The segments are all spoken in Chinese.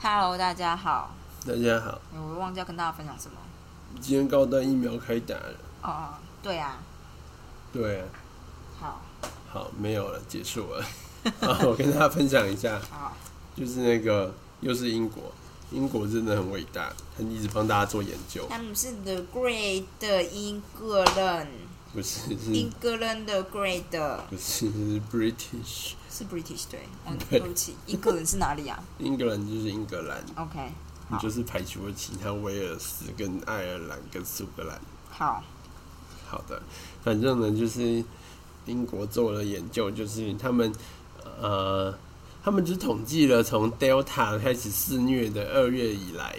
Hello，大家好。大家好，哎我忘记要跟大家分享什么。今天高端疫苗开打了，哦，对啊，对啊，好，好，没有了，结束了。 好，我跟大家分享一下，好，就是那个又是英国，英国真的很伟大，他一直帮大家做研究，他们是 The Great 的英格兰，不是英是格兰的 Great 的不是是 British，是 British 对，嗯，对对不起，英格兰是哪里啊英格兰就是英格兰， ？OK，你好就是排除了其他威尔斯跟爱尔兰跟苏格兰。好，好的，反正呢，就是英国做了研究，就是他们呃，他们就统计了从 Delta 开始肆虐的二月以来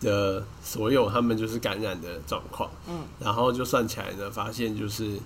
的所有他们就是感染的状况，嗯，然后就算起来呢，发现就是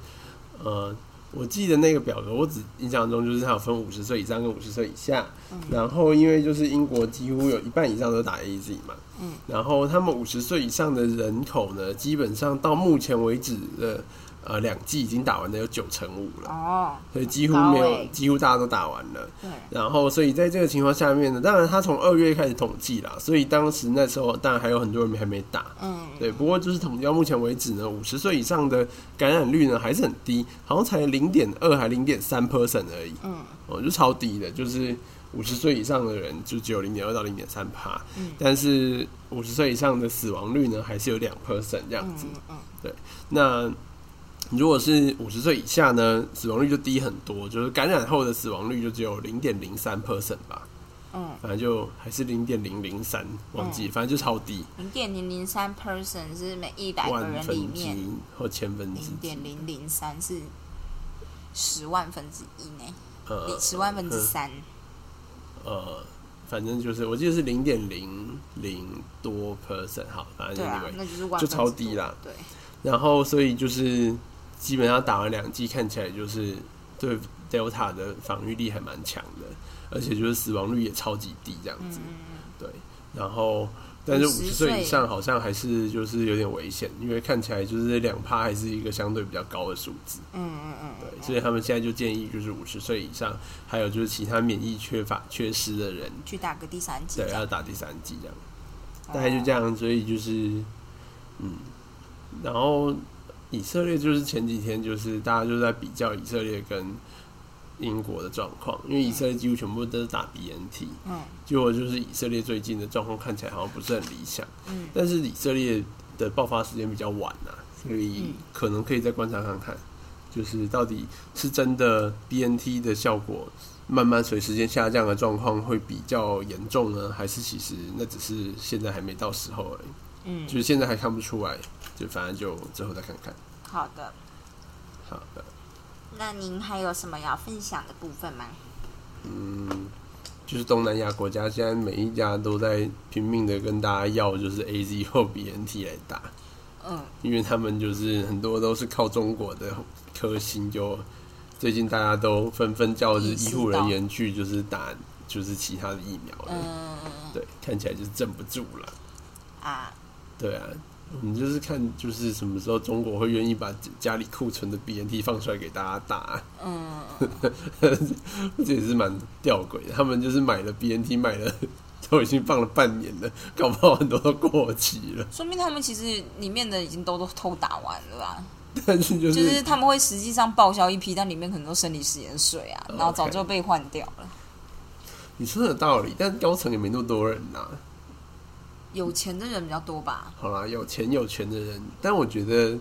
呃。我记得那个表格，我只印象中就是它有分五十岁以上跟五十岁以下，嗯然后因为就是英国几乎有一半以上都打 A Z 嘛，嗯，然后他们五十岁以上的人口呢，基本上到目前为止的呃两剂已经打完的有九成五了，哦，所以几乎高没有欸，几乎大家都打完了。对，然后，所以在这个情况下面呢，当然他从二月开始统计啦，所以当时那时候当然还有很多人还没打，嗯，对。不过就是统计到目前为止呢，五十岁以上的感染率呢还是很低，好像才零点二还零点三 percent 而已，嗯，哦，就超低的，就是五十岁以上的人就只有零点二到零点三趴，嗯但是五十岁以上的死亡率呢还是有两 percent 这样子。嗯嗯那如果是五十岁以下呢，死亡率就低很多，就是感染后的死亡率就只有零点零三 percent 吧，嗯，反正就还是零点零零三，忘记，反正就超低，零点零零三 person 是每一百个万人里分之面或千分之零点零零三是十万分之一呢，呃十万分之三， 呃，反正就是我记得是零点零零多 percent，好，反正就对啊 anyway，、，那就是万就分超之低多啦，对。然后所以就是基本上打完两剂，看起来就是对 Delta 的防御力还蛮强的，而且就是死亡率也超级低这样子。对，然后但是五50十嗯岁岁以上好像还是就是有点危险，因为看起来就是两趴还是一个相对比较高的数字。嗯嗯嗯对，所以他们现在就建议就是五十岁以上，还有就是其他免疫缺乏缺失的人，去打个第三季。对，要打第三剂嗯这样。大概就这样，所以就是，嗯，然后以色列就是前几天就是大家就在比较以色列跟英国的状况，因为以色列几乎全部都是打 BNT，嗯结果就是以色列最近的状况看起来好像不是很理想，嗯但是以色列的爆发时间比较晚啊，所以嗯可能可以再观察看看，就是到底是真的 BNT 的效果慢慢随时间下降的状况会比较严重呢，还是其实那只是现在还没到时候而已，嗯就是现在还看不出来，就反正就之后再看看。好的。好的，那您还有什么要分享的部分吗？嗯，就是东南亚国家现在每一家都在拼命的跟大家要，就是 AZ 或 BNT 来打。嗯因为他们就是很多都是靠中国的科兴，就最近大家都纷纷叫就是医护人员去就是打就是其他的疫苗了，嗯对，看起来就是镇不住了，啊对啊。我们就是看，就是什么时候中国会愿意把家里库存的 BNT 放出来给大家打、嗯 这也是蛮吊诡的。他们就是买了 BNT，买了都已经放了半年了，搞不好很多都过期了。说明他们其实里面的已经都都偷打完了啦，但是就就是是他们会实际上报销一批，但里面可能都生理食盐水啊，然后早就被换掉了。你说的有道理，但高层也没那么多人啊呐、有钱的人比较多吧？好啦，有钱有权的人，但我觉得，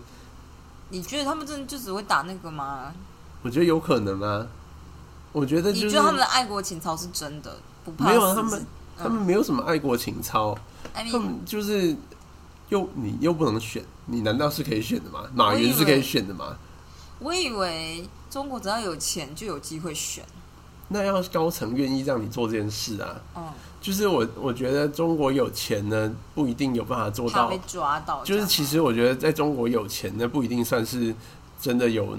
你觉得他们真的就只会打那个吗？我觉得有可能啊。我觉得你就觉是得他们的爱国情操是真的？不怕没有啊，死他们他们没有什么爱国情操， I 他 mean，们就是又你又不能选，你难道是可以选的吗？我马以云是可为以选的吗？我以为中国只要有钱就有机会选。那要是高层愿意让你做这件事啊，嗯，就是我我觉得中国有钱呢，不一定有办法做怕到被抓到这就样是吗，其实我觉得在中国有钱，那不一定算是真的有，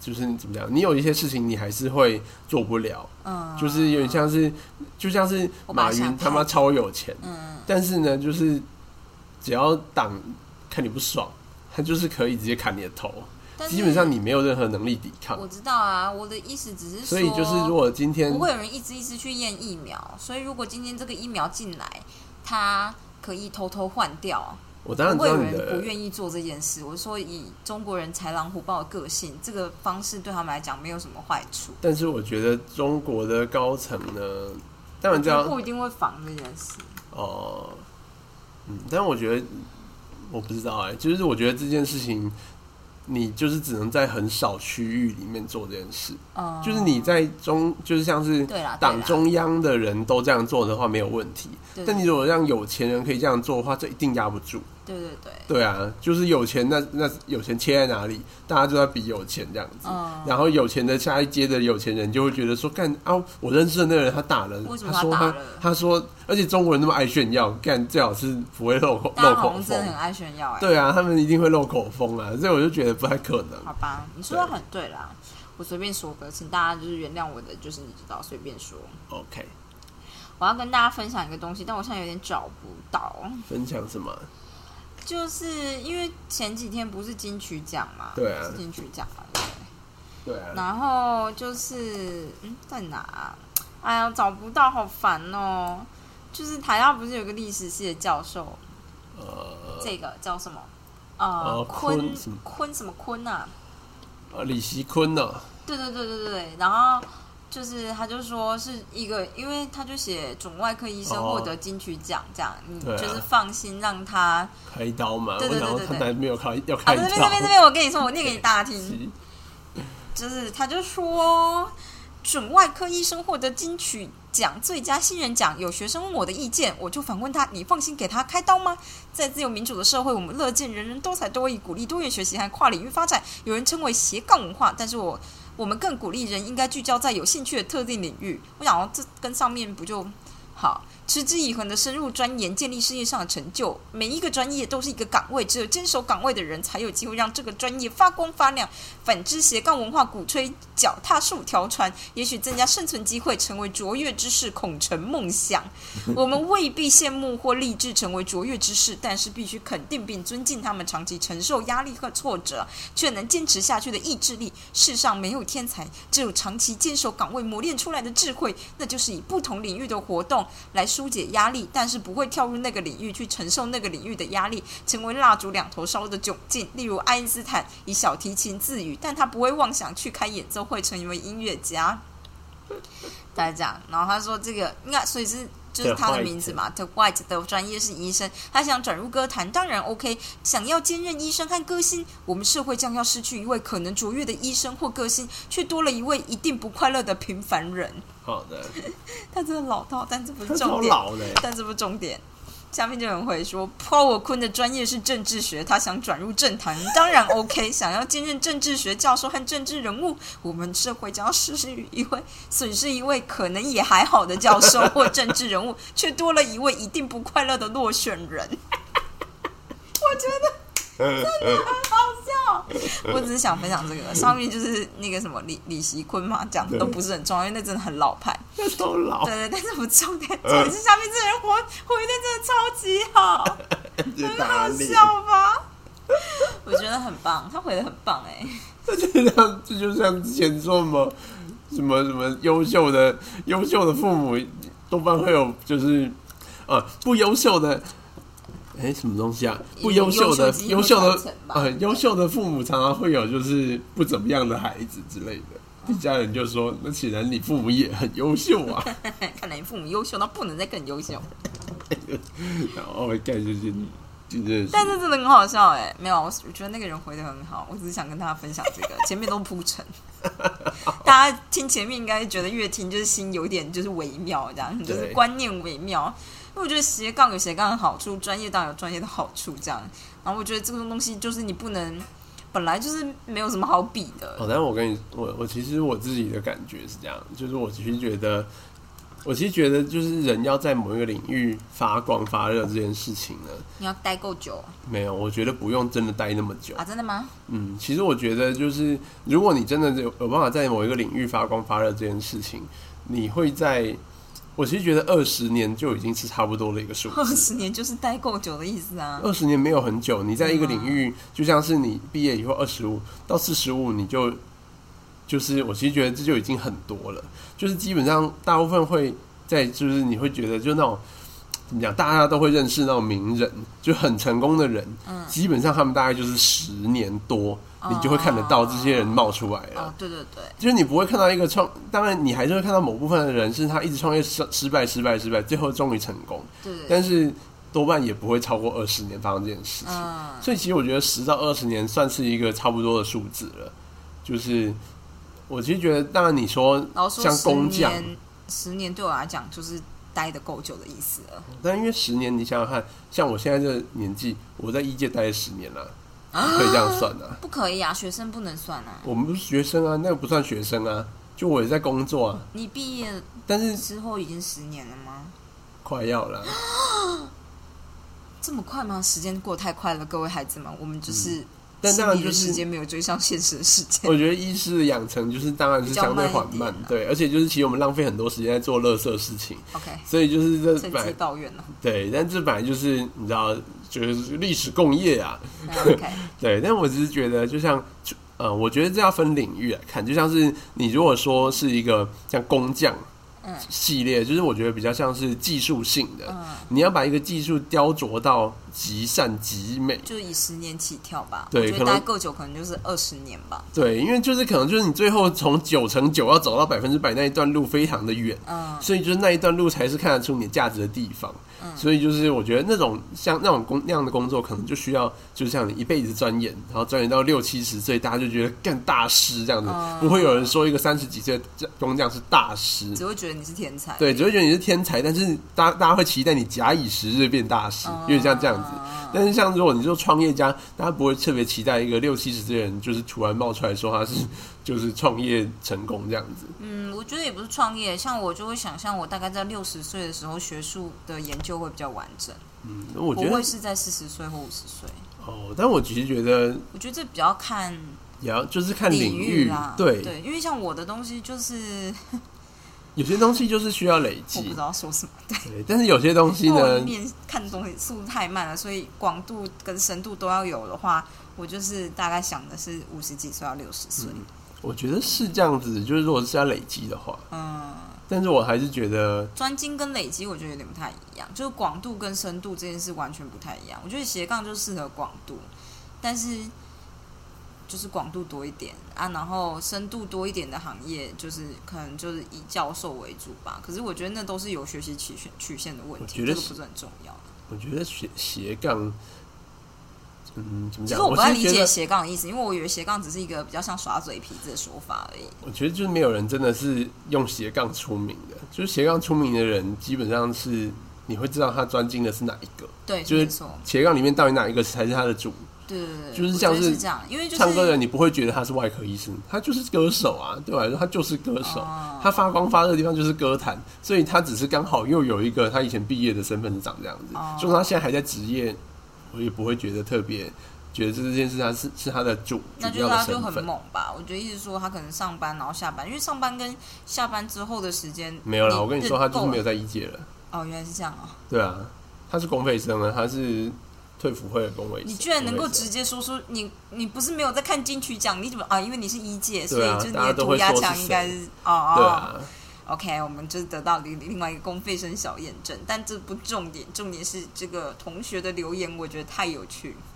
就是怎么讲，你有一些事情你还是会做不了，嗯，就是有点像是，就像是我把它马云想他开妈超有钱，嗯但是呢，就是只要党看你不爽，他就是可以直接砍你的头，但是基本上你没有任何能力抵抗我。知道啊，我的意思只是说，所以就是，如果今天不会有人一支一支去验疫苗，所以如果今天这个疫苗进来，它可以偷偷换掉，我当然不知会有道你人不的，愿意做这件事。我说以中国人豺狼虎豹的个性，这个方式对他们来讲没有什么坏处，但是我觉得中国的高层呢，当然知就道不一定会防这件事。哦，嗯，但我觉得我不知道哎、就是我觉得这件事情，你就是只能在很少区域里面做这件事，嗯，就是你在中，就是像是对啦，对啦党中央的人都这样做的话没有问题，对但你如果让有钱人可以这样做的话，这一定压不住。对对对，对啊，就是有钱那那有钱切在哪里，大家就在比有钱这样子。嗯，然后有钱的下一阶的有钱人就会觉得说，干啊，我认识的那个人他打人，为什么他他说打他人他说，而且中国人那么爱炫耀，干最好是不会漏口大漏家好口像啊真的很风。爱炫耀哎、对啊，他们一定会漏口风啊，所以我就觉得不太可能。好吧，你说的很对啦，我随便说个，请大家就是原谅我的，就是你知道随便说。 OK，我要跟大家分享一个东西，但我现在有点找不到，分享什么？就是因为前几天不是金曲奖嘛，对啊是金曲奖嘛，对不对对啊，然后就是嗯，在哪啊、哎呀，找不到，好烦哦。就是台大不是有个历史系的教授，呃，这个叫什么？呃呃，坤坤什么坤什么坤啊？呃李习坤呢、对对对对对对，然后就是他就说是一个，因为他就写肿外科医生哦获得金曲奖，这样、你对啊就是放心让他。开刀嘛？对对对对我想说对他还没有开，要啊，开这边刀。这边这边，我跟你说，我念给你大家听，是就是他就说准外科医生获得金曲奖最佳新人奖，有学生问我的意见，我就反问他：你放心给他开刀吗？在自由民主的社会，我们乐见人人多才多艺，鼓励多元学习和跨领域发展，有人称为斜杠文化，但是我。我们更鼓励人应该聚焦在有兴趣的特定领域。我想，这跟上面不就好？持之以恒的深入钻研，建立事业上的成就。每一个专业都是一个岗位，只有坚守岗位的人，才有机会让这个专业发光发亮。反之，斜杠文化鼓吹脚踏数条船，也许增加生存机会，成为卓越之士，孔成梦想。我们未必羡慕或立志成为卓越之士，但是必须肯定并尊敬他们长期承受压力和挫折，却能坚持下去的意志力。世上没有天才，只有长期坚守岗位磨练出来的智慧。那就是以不同领域的活动来疏解压力，但是不会跳入那个领域去承受那个领域的压力，成为蜡烛两头烧的窘境。例如爱因斯坦以小提琴自娱，但他不会妄想去开演奏会，成为音乐家。大家讲，然后他说这个应该，所以是就是 The 他的 White 名字嘛。The White 的专业是医生，他想转入歌坛，当然 OK。想要兼任医生和歌星，我们社会将要失去一位可能卓越的医生或歌星，却多了一位一定不快乐的平凡人。好的，他真的老套，但这不他是超重点，老嘞。但这不是重点。下面就有人会说，Paul 坤的专业是政治学，他想转入政坛，当然 OK。想要兼任政治学教授和政治人物，我们社会将要失去一位，损失一位可能也还好的教授或政治人物，却多了一位一定不快乐的落选人。 我觉得好笑，我只是想分享这个。上面就是那个什么李李习坤嘛，讲的都不是很重要，因为那真的很老派。他超老，对对，但是不重点，重点是下面这人回回的真的超级好，就很打好脸。笑吧？我觉得很棒，他回的很棒哎、 就像 这就像之前说什么什么什么优秀的优秀的父母，多半会有就是呃不优秀的。哎，什么东西啊？不优秀的、优优秀秀的基因会传承的、吧呃，优秀的父母常常会有就是不怎么样的孩子之类的。一家人就说：“那显然你父母也很优秀 啊。看来你父母优秀到不能再更优秀，”然后我感觉就是就是但是真的很好笑哎、没有，我我觉得那个人回的很好，我只是想跟大家分享这 个，前面都铺陈，大家听前面应该觉得越听就是心有点就是微妙这样，就是对观念微妙。因为我觉得斜杠有斜杠的好处，专业当然有专业的好处这样。然后我觉得这种东西就是你不能，本来就是没有什么好比的，哦，但我跟你，我我其实我自己的感觉是这样，就是我其实觉得，我其实觉得就是人要在某一个领域发光发热这件事情呢，你要待够久没有，我觉得不用真的待那么久啊？。真的吗？ 嗯，其实我觉得就是，如果你真的有有办法在某一个领域发光发热这件事情，你会在我其实觉得二十年就已经是差不多的一个数二字。十年就是待够久的意思啊。二十年没有很久，你在一嗯个领域，就像是你毕业以后二十五到四十五，你就就是我其实觉得这就已经很多了，就是基本上大部分会在就是你会觉得就那种怎么讲，大家都会认识那种名人，就很成功的人，嗯，基本上他们大概就是十年多，哦你就会看得到这些人冒出来了哦。，对对对，就是你不会看到一个创，当然你还是会看到某部分的人是他一直创业失失败、失败、失败，最后终于成功，对对对，但是多半也不会超过二十年发生这件事情。嗯，所以其实我觉得十到二十年算是一个差不多的数字了。就是我其实觉得，当然你说然后说像十工匠，年，十年对我来讲就是待的够久的意思了。但因为十年，你想想看，像我现在这个年纪，我在一届待了十年了、啊可以这样算啊。不可以啊，学生不能算啊。我们不是学生啊，那个不算学生啊，就我也在工作啊，你毕业但是之后已经十年了吗？快要了。这么快吗？时间过得太快了，各位孩子们，我们就是嗯但当然心理就的时是，间没有追上现实的时 间。我觉得医师的养成就是当然是相对缓比较慢慢一点啊，对，而且就是其实我们浪费很多时间在做垃圾事情， OK，所以就是这趁本机来抱 怨了。对，但这本来就是你知道，就是历史共业啊， OK，对。但我只是觉得，就像呃，我觉得这要分领域来看，就像是你如果说是一个像工匠嗯系列，就是我觉得比较像是技术性的，嗯，你要把一个技术雕琢到极善极美。就以十年起跳吧。我对觉可得能待够久可能就是二十年吧。对，因为就是可能就是你最后从九成九要走到百分之百那一段路非常的远，嗯所以就是那一段路才是看得出你价值的地方。嗯所以就是我觉得那种像那种工那样的工作，可能就需要就是像你一辈子钻研，然后钻研到六七十岁，大家就觉得干大师这样子，嗯不会有人说一个三十几岁的工匠是大师。只会觉得你是天才。对，只会觉得你是天才，但是大家大家会期待你假以时日变大师，嗯，有点像这样子。子。但是像如果你做创业家，大家不会特别期待一个六七十岁的人，就是突然冒出来说他是就是创业成功这样子。嗯，我觉得也不是创业，像我就会想象，我大概在六十岁的时候，学术的研究会比较完整，嗯，我觉不得会是在四十岁或五十岁。哦，但我其实觉得我觉得这比较看也要就是看领域啦，对，对，因为像我的东西 就是有些东西就是需要累我不积知，道说什么，对，对，但是有些东西因为我呢的，面看东西速度太慢了，所以广度跟深度都要有的话，我就是大概想的是五十几岁到六十岁，我觉得是这样子，就是如果是要累积的话，嗯，但是我还是觉得，专、精跟累积我觉得有点不太一样，就是广度跟深度这件事完全不太一样。我觉得斜杠就适合广度，但是就是广度多一点啊，然后深度多一点的行业，就是可能就是以教授为主吧。可是我觉得那都是有学习曲线曲线的问我题，觉得这个是不是很重要。我觉得斜斜杠，嗯，怎么其讲？实我不太是理觉解得斜杠的意思，因为我以为斜杠只是一个比较像耍嘴皮子的说法而已。我觉得就是没有人真的是用斜杠出名的，就是斜杠出名的人，基本上是你会知道他专精的是哪一个，对，就是没错，斜杠里面到底哪一个才是他的主。对对对，就是我像觉得是是这样，因为就是唱歌的人你不会觉得他是外科医生，他就是歌手啊，对我来说他就是歌手，哦他发光发热的地方就是歌坛，所以他只是刚好又有一个他以前毕业的身份是长这样子，哦所以他现在还在职业，我也不会觉得特别。觉得这件事他是是他的主那主就是要的他就身很份，猛吧？我觉得意思说他可能上班然后下班，因为上班跟下班之后的时间没有啦，我跟你说，他就是没有在在一届了。哦，原来是这样哦！对啊，他是公费生啊，他是退辅会的公卫生。你居然能够公卫生直接说出你你不是没有在看金曲奖，你怎么啊？因为你是一届，所对以啊就是你大家的都涂会鸦说是墙应该是哦对哦啊， OK，我们就是得到另另外一个公费生小验证，但这不重点，重点是这个同学的留言，我觉得太有趣。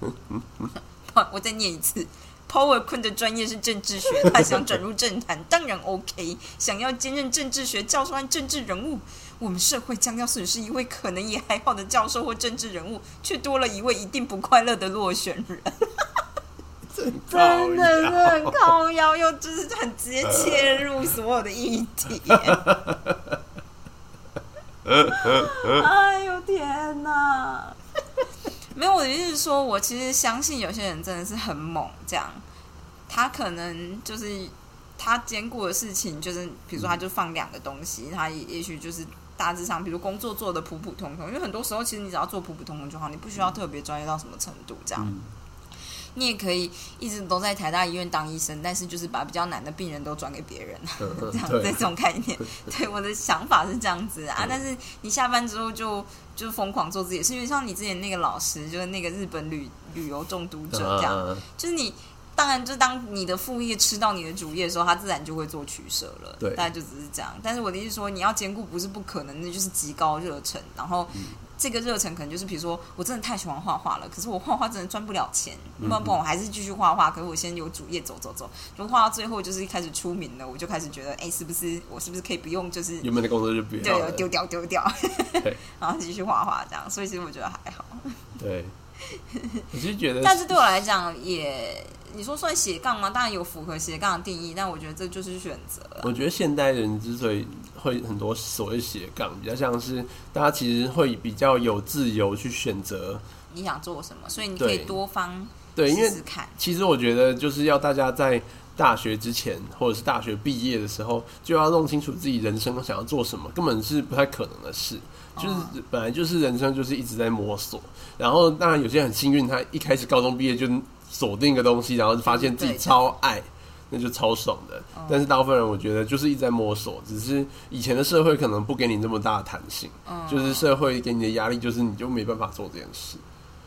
我再念一次。Power 坤的专业是政治学，他想转入政坛，当然 OK。想要兼任政治学教授和政治人物，我们社会将要损失一位可能也还好的教授或政治人物，却多了一位一定不快乐的落选人。真的是很靠腰，又就是很直接切入所有的议题。哎呦天哪！没有，我的意思是说，我其实相信有些人真的是很猛，这样，他可能就是他兼顾的事情，就是比如说他就放两个东西，他也也许就是大致上，比如工作做的普普嗯通通，因为很多时候其实你只要做普普通通就好，你不需要特别专业到什么程度这样。你也可以一直都在台大医院当医生，但是就是把比较难的病人都转给别人， 嗯嗯这样对这种概念。对，我的想法是这样子啊嗯，但是你下班之后就就疯狂做自己的事，因为像你之前那个老师，就是那个日本旅旅游中毒者 这样，啊，就是你。当然，就当你的副业吃到你的主业的时候，他自然就会做取舍了。对大概就只是这样。但是我的意思说，你要兼顾不是不可能，那就是极高热忱。然后嗯这个热忱可能就是，比如说我真的太喜欢画画了，可是我画画真的赚不了钱，嗯不然不然我还是继续画画。可是我先有主业走走走，就画到最后就是开始出名了，我就开始觉得，哎、是不是我是不是可以不用就是原本的工作就不要对了，丢掉丢掉对， 然后继续画画这样。所以其实我觉得还好。对，我就觉得， 但是对我来讲也，你说算斜杠吗？当然有符合斜杠的定义，但我觉得这就是选择啊。我觉得现代人之所以会很多所谓斜杠，比较像是大家其实会比较有自由去选择，你想做什么，所以你对可以多方对，因为试试看。其实我觉得就是要大家在大学之前或者是大学毕业的时候，就要弄清楚自己人生想要做什么，根本是不太可能的事。就是本来就是人生就是一直在摸索，然后当然有些人很幸运，他一开始高中毕业就锁定一个东西，然后发现自己对超爱。那就超爽的，但是大部分人我觉得就是一直在摸索，只是以前的社会可能不给你这么大的弹性，嗯，就是社会给你的压力就是你就没办法做这件事。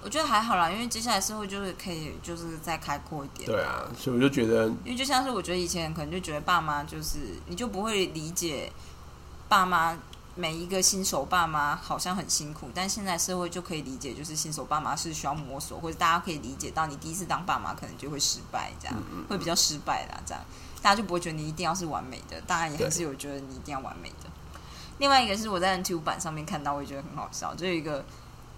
我觉得还好啦，因为接下来社会就是可以就是再开阔一点。对啊，所以我就觉得因为就像是我觉得以前可能就觉得爸妈就是你就不会理解爸妈每一个新手爸妈好像很辛苦，但现在社会就可以理解，就是新手爸妈是需要摸索，或者大家可以理解到你第一次当爸妈可能就会失败，这嗯样会比较失败啦，这样大家就不会觉得你一定要是完美的，大家也还是有觉得你一定要完美的。另外一个是我在 YouTube 版上面看到，我也觉得很好笑，就有一个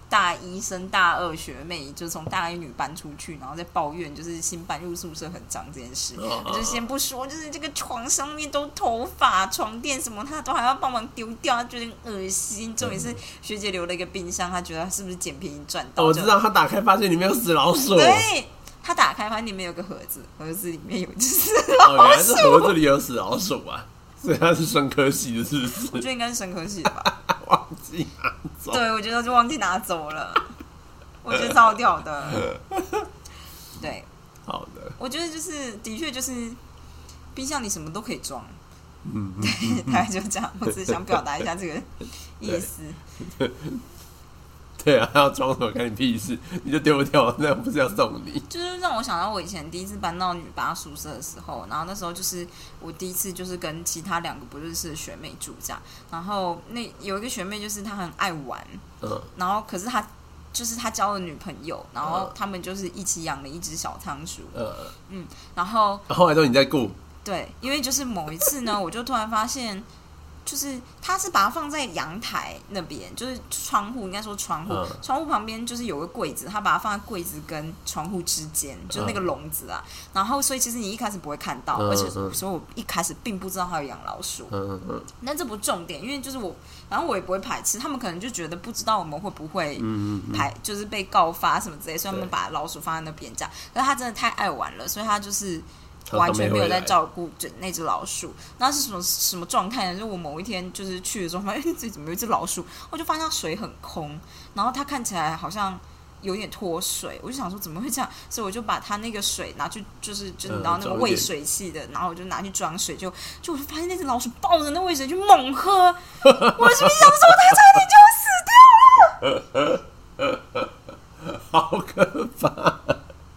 大一升大二学妹，就从大一女搬出去，然后在抱怨就是新搬入宿舍很脏这件事。哦我就先不说，就是这个床上面都头发、床垫什么，她都还要帮忙丢掉，她觉得很恶心。嗯重点是学姐留了一个冰箱，她觉得她是不是捡便宜赚到？哦，我就知道他打开发现里面有死老鼠，哦，对，她打开发现里面有个盒子，盒子里面有一 只哦原来是盒子里有死老鼠啊，所以他是生科系的，是我不是？ 觉得应该是生科系的吧？忘记拿走。对，我觉得就忘记拿走了，我觉得超屌 的。对，好的，我觉得就是的确就是冰箱里什么都可以装，嗯，大概就这样。我只是想表达一下 这个意思。对啊，要装什么干你屁事？你就丢掉，那样不是要送你？就是让我想到我以前第一次搬到女八宿舍的时候，然后那时候就是我第一次就是跟其他两个不认识的学妹住这样，然后那有一个学妹就是她很爱玩，嗯，然后可是她就是她交了女朋友，然后嗯他们就是一起养了一只小仓鼠，呃，然后后来都你在顾，对，因为就是某一次呢，我就突然发现，就是他是把它放在阳台那边，就是窗户，应该说窗户，嗯窗户旁边就是有个柜子，他把它放在柜子跟窗户之间，就是那个笼子啊。然后，所以其实你一开始不会看到，嗯而且嗯所以我一开始并不知道他有养老鼠。嗯嗯那这不重点，因为就是我，然后我也不会排斥，他们可能就觉得不知道我们会不会嗯嗯排，就是被告发什么之类，所以他们对把老鼠放在那边这样。可是他真的太爱玩了，所以他就是。嗯，完全没有在照。照顾这那只老鼠。那是什么什么状态呢？就我某一天就是去的时候，发现哎这里怎么有一只老鼠？哦我就发现它水很空，然后它看起来好像。有点脱水，我就想说怎么会这样，所以我就把它那个水拿去，就是就是你知道那嗯个装一喂点水器的，然后我就拿去装水，就就我就发现那只老鼠抱着那喂水去猛喝， 我是不是想说它差点就要死掉了？好可怕！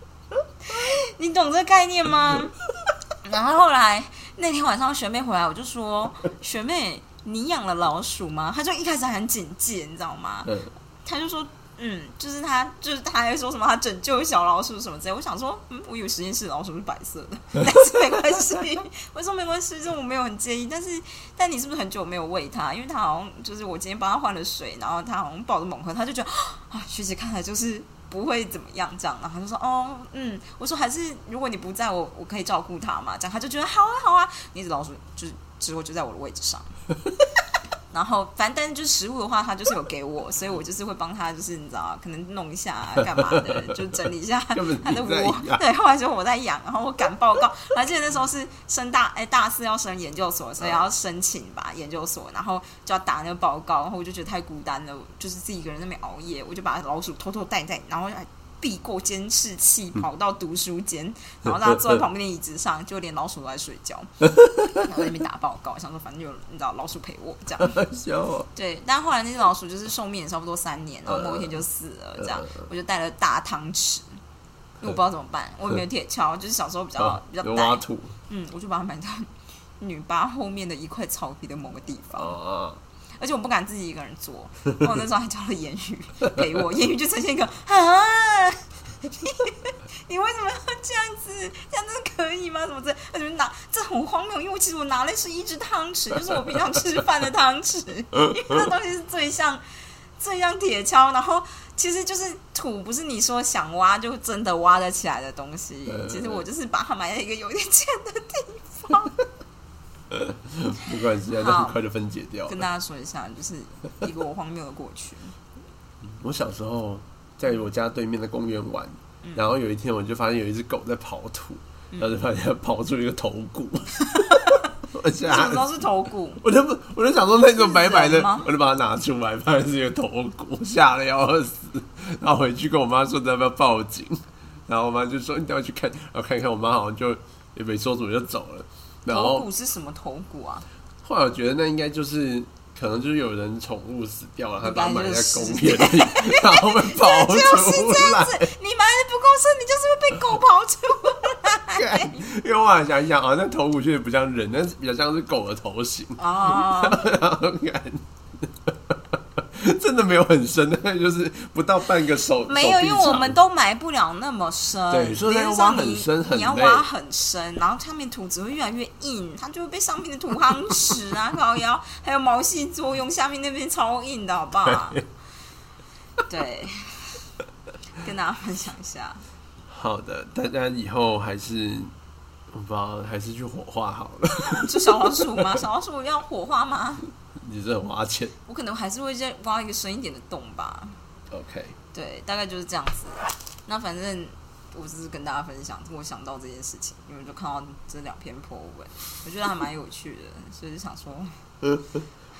你懂这个概念吗？ 然后后来那天晚上学妹回来，我就说：“学妹，你养了老鼠吗？”她就一开始还很警戒，你知道吗？嗯，她就说：“嗯，就是她，就是她还说什么她拯救小老鼠什么之类。”我想说：“嗯，我以为实验室老鼠是白色的，但是没关系。”我说：“没关系，这我没有很介意。”但是，但你是不是很久没有喂它？因为它好像就是我今天帮它换了水，然后它好像抱着猛喝，它就觉得 啊，学姐看来就是不会怎么样这样，然后他就说哦，嗯，我说还是如果你不在我，我可以照顾他嘛，这样他就觉得好啊好啊，那只老鼠就是之后就在我的位置上。 然后，反正但是就是食物的话，他就是有给我，所以我就是会帮他，就是你知道，可能弄一下啊干嘛的，就整理一下根本你他的在窝养。对，后来就我在养，然后我赶报告，而且那时候是升大哎大四要升研究所，所以要申请吧研究所，然后就要打那个报告，然后我就觉得太孤单了，就是自己一个人在那边熬夜，我就把老鼠偷偷带在，然后还避过监视器，跑到读书间，然后让他坐在旁边的椅子上，就连老鼠都在睡觉，然后在那边打报告，想说反正有你知道老鼠陪我这样。笑哦我，对，但后来那只老鼠就是寿命也差不多三年，然后某一嗯天就死了，这样我就带了大汤匙，因为我不知道怎么办，我也没有铁锹，就是小时候比较好比较哦有挖呆，土嗯，我就把它埋到 女八后面的一块草皮的某个地啊方，啊，而且我不敢自己一个人做，然后我那时候还叫了言语 陪我，言语就呈现一个啊， 你为什么要这样子？这样真的可以吗？什么这什么拿这很荒谬，因为我其实我拿的是一只汤匙，就是我平常吃饭的汤匙，因为那东西是最像最像铁锹，然后其实就是土，不是你说想挖就真的挖得起来的东西嗯。其实我就是把它埋在一个有点浅的地方。没关系啊，好那很快就分解掉跟了。大家说一下，就是一个我荒谬的过去。我小时候在我家对面的公园玩，嗯然后有一天我就发现有一只狗在刨土，然后就发现它刨出一个头骨， 我为什吓么都是头骨？我就不，我就想说那个白白是的人吗，我就把它拿出来，发现是一个头骨，吓得要死。然后回去跟我妈说你要不要报警，然后我妈就说你等一下去看，然后看一看，我妈好像就也没说什么就走了。然头后骨是什么头骨 啊？后来我觉得那应该就是。可能就是有人宠物死掉了，他应该把它埋就在是公园里， 然后被刨就是这哦出样子来。，你埋的不够深，你就是会被狗刨 出来。干因为我后来想一想啊，那头骨确实不像人，但是比较像是狗的头型。 啊，然后感，真的没有很深，大概就是不到半个手，没有，手臂因长为我们都埋不了那么深。对所以理论要上挖很你深很你要累挖很深，然后下面土只会越来越硬，它就会被上面的土夯实啊、高腰，还有毛细作用，下面那边超硬的，好不 好？对，跟大家分享一下。好的，大家以后还是我不知道，还是去火化好了， 是小老鼠吗？小老鼠要火化吗？你这很花钱。我可能还是会再挖一个深一点的洞吧。 OK，对，大概就是这样子。那反正我只是跟大家分享我想到这件事情，因为就看到这两篇 po 文，我觉得还蛮有趣的，所以就想说，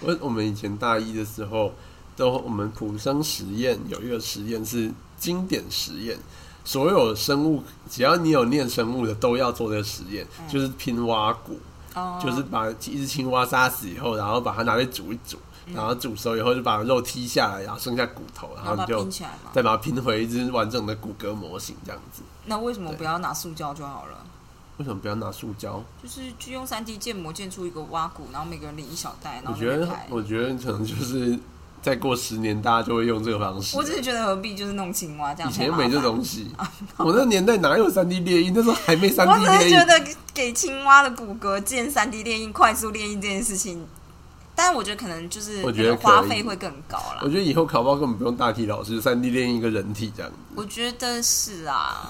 我我们以前大一的时候，都我们普生实验有一个实验是经典实验。所有生物，只要你有念生物的，都要做这个实验，就是拼挖骨。嗯哦、就是把一只青蛙杀死以后，然后把它拿去煮一煮，嗯然后煮熟以后就把肉剔下来，然后剩下骨头，然然后后把它你就拼起来嘛。再把它拼回一只完整的骨骼模型这样子。那为什么不要拿塑胶就好了？为什么不要拿塑胶？就是去用三 D 建模建出一个挖骨，然后每个人领一小袋，然我后觉就得开，。我觉得可能就是再过十年大家就会用这个方式我。只是觉得何必就是弄青蛙这样以前太又麻没烦。这东西，我那年代哪有三 D 列印？那时候还没三我 D 只是列觉印。得给青蛙的骨骼建三 D 列印、快速列印这件事情，但我觉得可能就是那我觉得个花可以费会更高啦我。觉得以后考报根本不用大体老师，三 D 列印一个人体这样子。我觉得是 啊，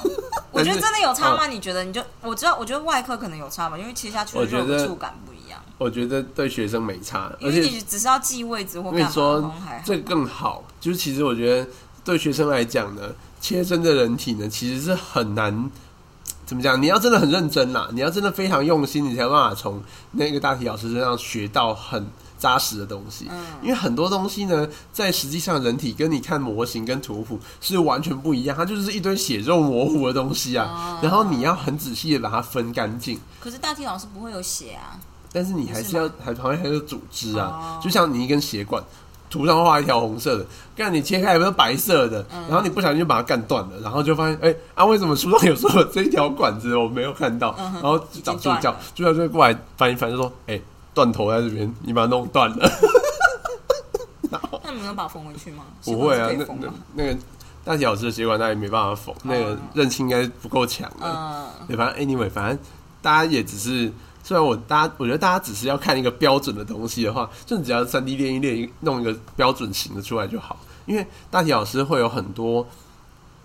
我觉得真的有差吗？你觉得？你就我知道，我觉得外科可能有差吧，因为切下去的我觉肉得的触感不一样，我觉得对学生没差，因而为且你只是要记位置或我干跟你嘛，好说像还，好。这更好。就是其实我觉得对学生来讲呢，切真的人体呢，其实是很难。怎么讲？你要真的很认真啦，你要真的非常用心，你才有办法从那个大体老师身上学到很扎实的东西。嗯因为很多东西呢，在实际上人体跟你看模型跟图谱是完全不一样，它就是一堆血肉模糊的东西哦啊。然后你要很仔细的把它分干净。可是大体老师不会有血啊，但是你还是要还旁边还有组织啊，哦就像你一根血管，图上画一条红色的，但你切开来不是白色的，嗯然后你不小心就把它干断了，然后就发现哎、啊为什么书上有说有这一条管子我没有看到，嗯哼然后就找已助经断教了，助教就会过来翻一翻就说哎、断头在这边，你把它弄断 了，那你们有把它缝回去吗？不会啊血管是，可以那缝哦那吗？那个大小只的血管那也没办法缝，那个韧性应该不够强啊的。嗯，对，反正 anyway，反正大家也只是，虽然我大家，我觉得大家只是要看一个标准的东西的话，就你只要三 D 列一列一弄一个标准型的出来就好。因为大体老师会有很多，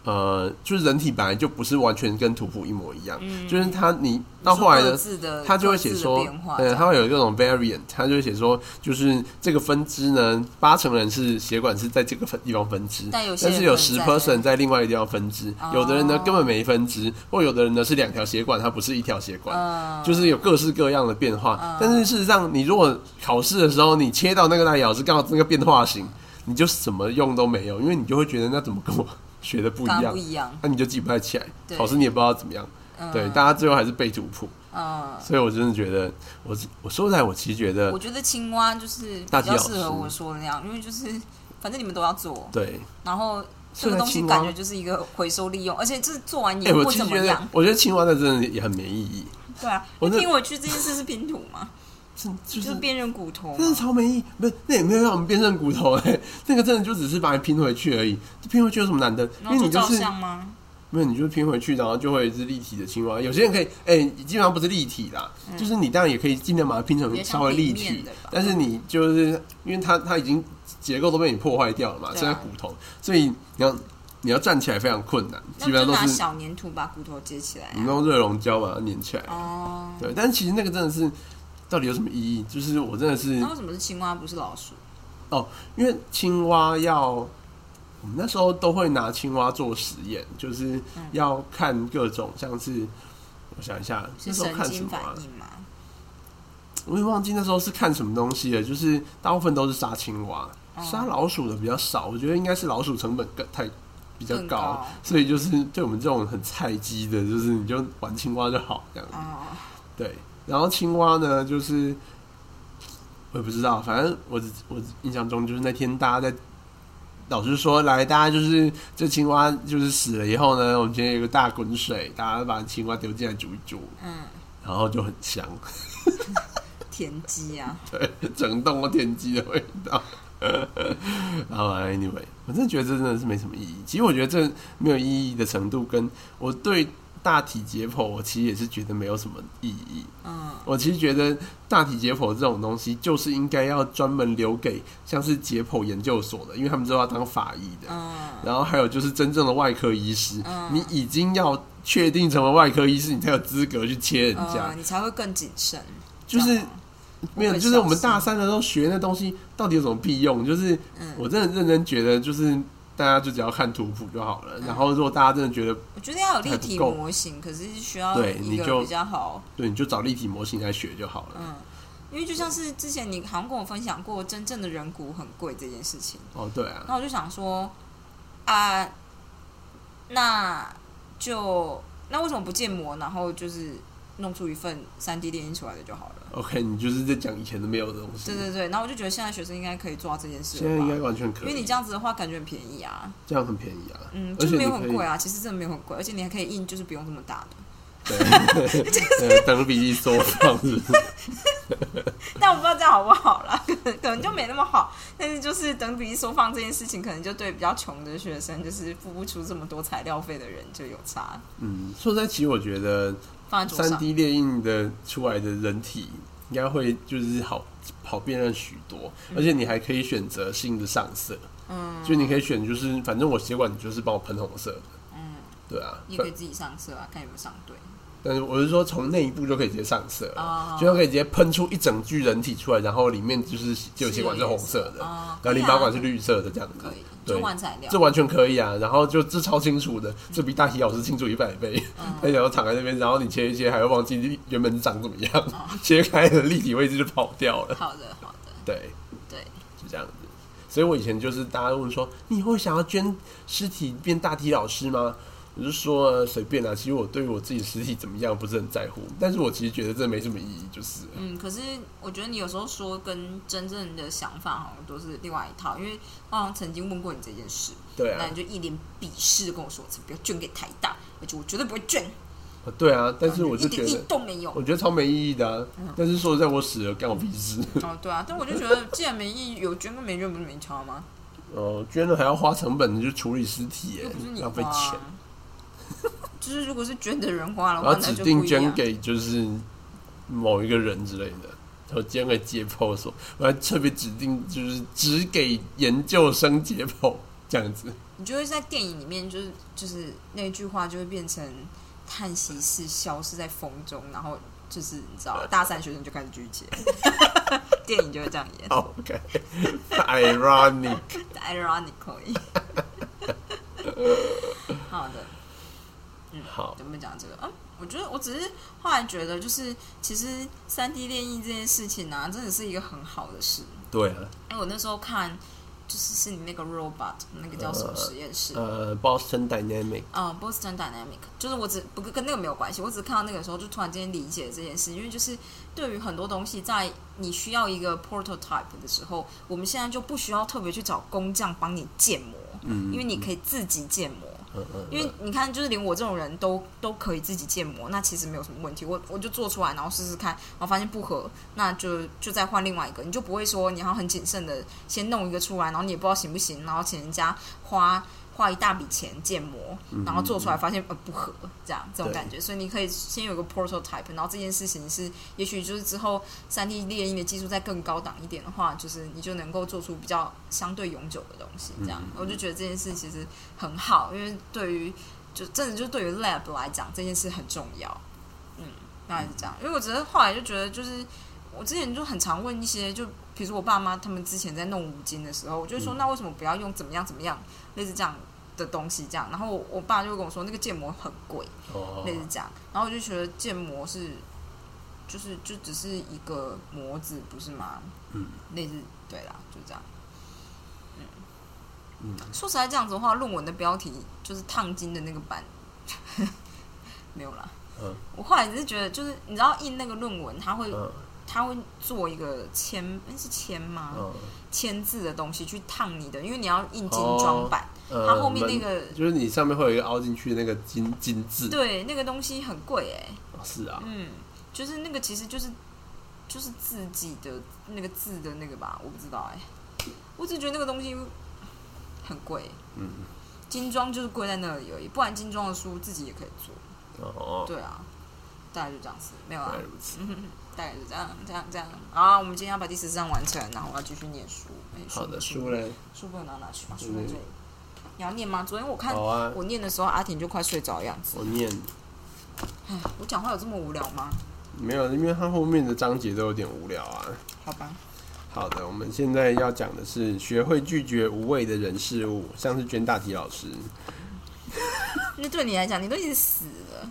呃，就是人体本来就不是完全跟图谱一模一样，就是他你到后来各的自的他就会写各说自的变化，这嗯，样他会有这种 variant，他就会写说，就是这个分支呢，八成人是血管是在这个分地方分支，但有些但人是有可十能 percent 在在另外一个地方分支，哦有的人呢根本没分支，或有的人呢是两条血管，它不是一条血管，嗯就是有各式各样的变化。但是事实上，你如果考试的时候你切到那个大小是刚好那个变化型，你就什么用都没有，因为你就会觉得那怎么跟我学的不一跟他样不，一样，那你就记不太起来，对考试你也不知道怎么样。嗯，对，大家最后还是背族谱，嗯，所以我真的觉得，我我说起来，我其实觉得我，觉得青蛙就是比大吉较老适合师我说的那样，因为就是反正你们都要做，对，然后这虽个然东西青蛙感觉就是一个回收利用，而且这做完哎、也我不其怎实么觉得样，，我觉得青蛙的真的也很没意义，对啊，我那拼回去这件事是拼图 嘛，是就就是是辨认骨头嘛，真的超没意义，不是那也没有让我们变成骨头哎、那个真的就只是把你拼回去而已，拼回去有什么难的？因然为后你就就照是相吗？没有，你就拼回去，然后就会是立体的青蛙。有些人可以，哎、基本上不是立体啦，就是你当然也可以尽量把它拼比较成嗯像稍微立平面体的吧，但是你就是因为它它已经结构都被你破坏掉了嘛，对啊剩下骨头，所以你要你要站起来非常困难，那基本上就都拿是小粘土把骨头接起来你啊，用热熔胶把它粘起来。哦，对，但是其实那个真的是到底有什么意义？就是我真的是哦那为什么是青蛙不是老鼠？因为青蛙要，我们那时候都会拿青蛙做实验，就是嗯要看各种像是，我想一下，是那时候神看什经么、反啊？应吗？我也忘记那时候是看什么东西了，就是大部分都是杀青蛙，哦杀、老鼠的比较少。我觉得应该是老鼠成本更太比较更高，高所以就是对我们这种很菜鸡的，就是你就玩青蛙就好这样。哦，对，然后青蛙呢，就是我也不知道，反正我只我印象中就是那天大家在老师说来，大家就是这青蛙就是死了以后呢，我们今天有个大滚水，大家把青蛙丢进来煮一煮，嗯，然后就很香，田鸡啊，对，整栋都田鸡的味道。 然后 anyway，我真的觉得这真的是没什么意义。其实我觉得这没有意义的程度，跟我对大体解剖，我其实也是觉得没有什么意义。嗯，我其实觉得大体解剖这种东西，就是应该要专门留给像是解剖研究所的，因为他们都要当法医的。嗯，然后还有就是真正的外科医师，嗯你已经要确定成为外科医师，你才有资格去切人家。嗯，你才会更谨慎，就是这样吗没有，会就是我们小心大三的时候学那东西到底有什么屁用？就是嗯我真的认真觉得，就是大家就只要看图谱就好嗯了。然后如果大家真的觉得我觉得要有立体还不够模型，可是需要对一你个就比较好，对，你就找立体模型来学就好了。嗯，因为就像是之前你好像跟我分享过，真正的人骨很贵这件事情，哦，对啊，那我就想说，啊，那就那为什么不建模，然后就是弄出一份三 D 电影出来的就好了？ OK，你就是在讲以前都没有的东西对。对对，然后我就觉得现在学生应该可以做到这件事现在应该了吧？完全可因以，为你这样子的话，感觉很便宜啊，这样很便宜啊。嗯，而就且是没有你可很以贵啊，其实真的没有很贵，而且你还可以印，就是不用这么大的。 对，呃 等比例缩放是不是？但我不知道这样好不好啦，可能可能就没那么好。但是就是等比例缩放这件事情，可能就对比较穷的学生，就是付不出这么多材料费的人就有差。嗯，说实在，其实我觉得放在桌三上， D 列印的出来的人体应该会就是好好辨认许多，而且你还可以选择性的上色，嗯，就你可以选就是反正我血管你就是帮我喷红色的，嗯，对啊。你也可以自己上色啊，看有没有上对。但是我是说从内部就可以直接上色哦了，就可以直接喷出一整具人体出来，然后里面就是就有血管是红色的，哦然后淋巴管是绿色的这样子可以，对做换材料这。完全可以啊，然后就这超清楚的，这比大体老师清楚一百倍。嗯他想要躺在那边，然后你切一切，还会忘记原本长怎么样，切开了立体位置就跑掉了。好的，好的，对，对，就这样子。所以我以前就是大家问说，你会想要捐尸体变大体老师吗？我就说呃随便啦、其实我对于我自己尸体怎么样不是很在乎，但是我其实觉得这没什么意义，就是嗯，可是我觉得你有时候说跟真正的想法好像都是另外一套，因为我好像曾经问过你这件事，对啊那，你就一脸鄙视地跟我说，这不要捐给台大，而且我绝对不会捐，呃对啊，但是我就一觉 点意义得，都没有我。觉得超没意义的、啊。但是说实在，我死了干我屁事。哦，对啊，但我就觉得，既然没意义，有捐跟没捐不是没差吗？哦，捐了还要花成本，你就处理尸体耶又不是，你浪花费钱。啊。就是如果是捐的人花了，然后话那指就不定一捐样。给就是某一个人之类的，然后捐给解剖所，我还特别指定就是只给研究生解剖这样子。 你就会在电影里面，就是就是那句话就会变成叹息式消失在风中，然后就是你知道，大三学生就开始拒绝， 电影就会这样演 OK，ironic，、 ，ironically。好的，好，怎么讲这个？嗯，我觉得我只是后来觉得，就是其实三 D 练印这件事情啊，真的是一个很好的事。对啊，因为我那时候看就是是你那个 robot 那个叫什么实验室？呃，Boston Dynamic，嗯，Boston Dynamic，就是我只不过跟那个没有关系，我只是看到那个时候就突然间理解这件事，因为就是对于很多东西，在你需要一个 prototype 的时候，我们现在就不需要特别去找工匠帮你建模，嗯，因为你可以自己建模。嗯嗯，因为你看，就是连我这种人都都可以自己建模，那其实没有什么问题。我我就做出来，然后试试看，然后发现不合，那就就再换另外一个。你就不会说你还要很谨慎的先弄一个出来，然后你也不知道行不行，然后请人家花花一大笔钱建模，嗯然后做出来发现呃不合，这样这种感觉。所以你可以先有一个 prototype，然后这件事情是也许就是之后三 D 猎鹰的技术再更高档一点的话，就是你就能够做出比较相对永久的东西。这样，我就觉得这件事其实很好，因为对于就真的就对于 lab 来讲，这件事很重要。嗯，大概是这样。因为我只是后来就觉得，就是我之前就很常问一些，就比如说我爸妈他们之前在弄五金的时候，我就会说、那为什么不要用怎么样怎么样类似这样的东西这样？然后我我爸就会跟我说那个建模很贵，哦类，似这样。然后我就觉得建模是就是就只是一个模子，不是吗？嗯，类似对啦，就这样。嗯，说起来这样子的话，论文的标题就是烫金的那个版， 没有啦。嗯，我后来只是觉得，就是你知道印那个论文，他会、嗯他会做一个签，那是签吗？嗯签、字的东西去烫你的，因为你要印精装版，呃它后面那个门就是你上面会有一个凹进去的那个金金字，对，那个东西很贵哎、哦是啊，嗯，就是那个其实就是就是自己的那个字的那个吧，我不知道哎、我只觉得那个东西很贵，嗯，精装就是贵在那里而已，不然精装的书自己也可以做。哦，对啊，大概就这样子，没有原啊来，如此，大概就这样，这样，这样。啊，我们今天要把第十章完成，然后我要继续念书。哎好的，书书嘞，书不能拿拿去嘛，书在这里。你要念吗？昨天我看、好啊，我念的时候，阿婷就快睡着的样子。我念，唉，我讲话有这么无聊吗？没有，因为它后面的章节都有点无聊啊。好吧，好的，我们现在要讲的是学会拒绝无谓的人事物，像是娟大题老师。那对你来讲，你都已经死了，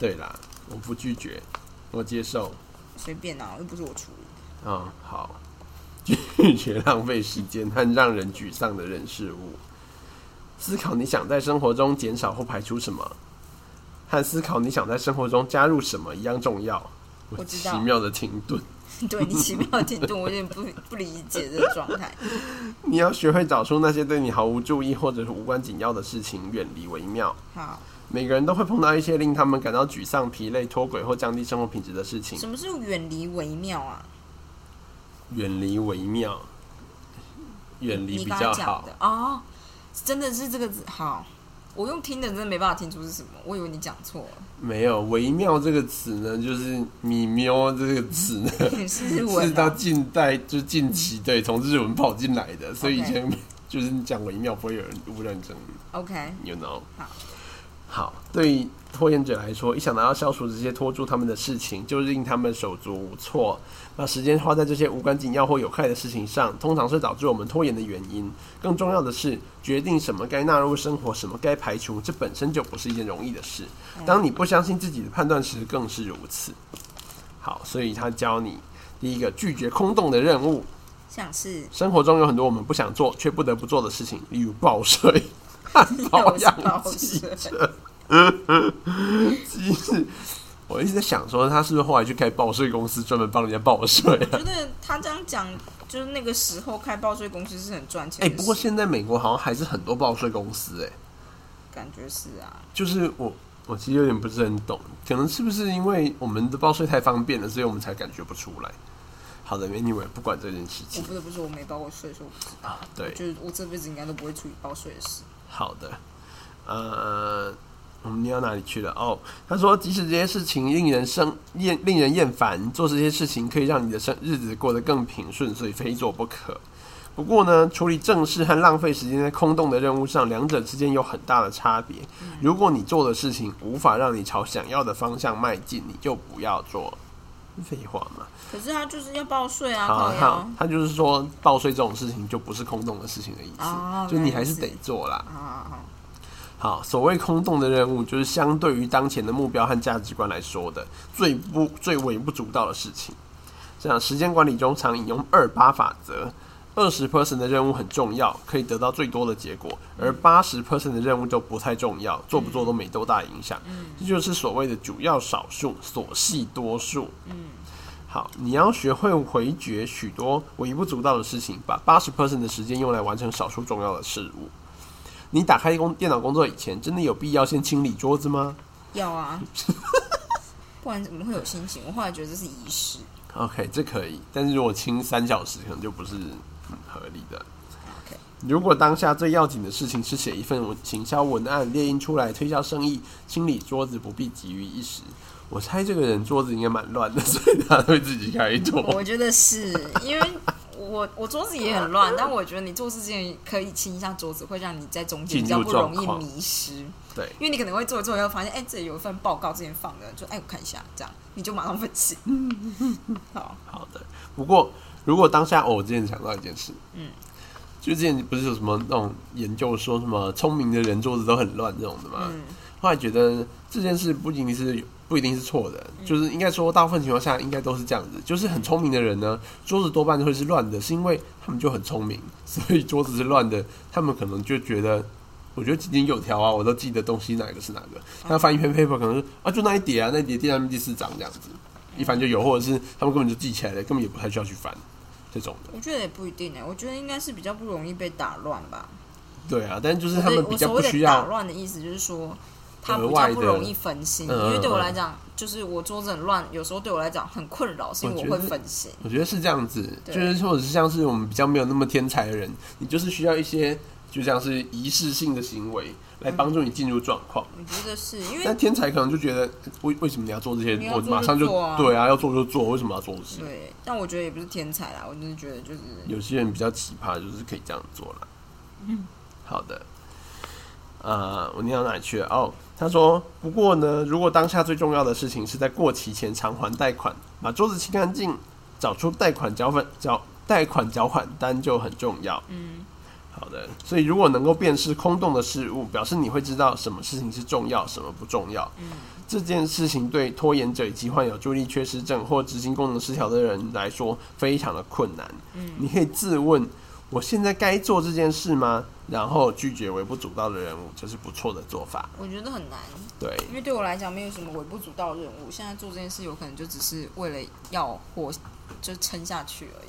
对啦，我不拒绝，我接受。随便啊，又不是我处理。 嗯，好，拒绝浪费时间和让人沮丧的人事物。思考你想在生活中减少或排除什么，和思考你想在生活中加入什么一样重要。我知奇道妙的停顿，对你奇妙的停顿，我有点不不理解这个状态。你要学会找出那些对你毫无注意或者是无关紧要的事情，远离为妙。好，每个人都会碰到一些令他们感到沮丧、疲累、脱轨或降低生活品质的事情，什么是远离微妙啊？远离为妙，远离你比刚较刚讲好的。哦，真的是这个字好。我用听的真的没办法听出是什么，我以为你讲错了， 没有“微妙”这个词呢，就是“米喵”这个词呢，是日是文到啊、近代就近期对从日文跑进来的，所以以 OK 前就是你讲“微妙”不会有人误认成啊 OK， ，you know。好好，对拖延者来说，一想到要消除这些拖住他们的事情，就令他们手足无措。把时间花在这些无关紧要或有害的事情上，通常是导致我们拖延的原因。更重要的是，决定什么该纳入生活，什么该排除，这本身就不是一件容易的事。当你不相信自己的判断时，更是如此。好，所以他教你第一个拒绝空洞的任务。像 是 生活中有很多我们不想做却不得不做的事情，例如报税、和保养报机税车。机制，我一直在想说，他是不是后来去开报税公司，专门帮人家报税啊？觉得他这样讲，就是那个时候开报税公司是很赚哎、钱的事。不过现在美国好像还是很多报税公司、哎，感觉是啊，就是我我其实有点不是很懂，可能是不是因为我们的报税太方便了，所以我们才感觉不出来。好的，anyway，不管这件事我情，不得不说我没报过税，所以我不知道。对，就是我这辈子应该都不会处理报税的事。好的，呃，我们念到哪里去了？哦，他说，即使这些事情令人生厌，令人厌烦，做这些事情可以让你的生日子过得更平顺，所以非做不可。不过呢，处理正事和浪费时间在空洞的任务上，两者之间有很大的差别。嗯如果你做的事情无法让你朝想要的方向迈进，你就不要做。废话嘛，可是他就是要报税啊，好靠好腰，他就是说报税这种事情就不是空洞的事情的意思，哦就你还是原来得如此做啦。啊啊！啊好，所谓空洞的任务，就是相对于当前的目标和价值观来说的最不最微不足道的事情。像时间管理中常引用二八法则，二十 percent 的任务很重要，可以得到最多的结果，而八十 percent 的任务都不太重要，做不做都没多大影响。这就是所谓的主要少数，所系多数。好，你要学会回绝许多微不足道的事情，把八十 percent 的时间用来完成少数重要的事物。你打开工电脑工作以前，真的有必要先清理桌子吗要啊，不然怎么会有心情？我后来觉得这是仪式。 ？OK，这可以，但是如果清三小时，可能就不是很合理的。 OK，如果当下最要紧的事情是写一份文行销文案，列印出来推销生意，清理桌子不必急于一时。我猜这个人桌子应该蛮乱的，所以他会自己开桌。我觉得是因为我我桌子也很乱，但我觉得你做事情可以清一下桌子，会让你在中间比进较入不容易状况迷失。对，因为你可能会做一做，然后发现，哎、这里有一份报告之前放的，就哎、我看一下，这样你就马上分析。好，好的。不过如果当下、哦我之前想到一件事，嗯，就之前不是有什么那种研究说什么聪明的人桌子都很乱这种的吗？嗯后来觉得这件事不仅仅是不一定是错的，嗯就是应该说大部分情况下应该都是这样子，就是很聪明的人呢，桌子多半会是乱的，是因为他们就很聪明， 所以桌子是乱的，他们可能就觉得。我觉得井井有条啊，我都记得东西哪个是哪个。嗯他翻一篇 paper 可能是啊，就那一叠啊，那一叠第三、第四章这样子，一翻就有，或者是他们根本就记起来了，根本也不太需要去翻这种的。我觉得也不一定哎、我觉得应该是比较不容易被打乱吧。对啊，但就是我他对们我比较所不谓需的打要乱的意思就是说，他额比外较的不容易分心，嗯因为对我嗯来讲，就是我桌子很乱，有时候对我来讲很困扰，是因为我我觉会得分心。我觉得是这样子，对就是或者是像是我们比较没有那么天才的人，你就是需要一些就像是仪式性的行为来帮助你进入状况。我觉得是因那为天才可能就觉得为为什么你要做这些你？要我做马上就就做啊对啊，要做就做，为什么要做这些？对，但我觉得也不是天才啦，我就是觉得就是有些人比较奇葩，就是可以这样做了。嗯，好的。呃，我念到哪里去了？哦，他说，不过呢，如果当下最重要的事情是在过期前偿还贷款，把桌子清干净，找出贷款缴款缴贷款缴款单就很重要。嗯好的，所以如果能够辨识空洞的事物，表示你会知道什么事情是重要，什么不重要。嗯这件事情对拖延者以及患有注意力缺失症或执行功能失调的人来说非常的困难。嗯你可以自问：我现在该做这件事吗？然后拒绝微不足道的人物，这是不错的做法。我觉得很难，对，因为对我来讲没有什么微不足道的任务，现在做这件事有可能就只是为了要活，就撑下去而已，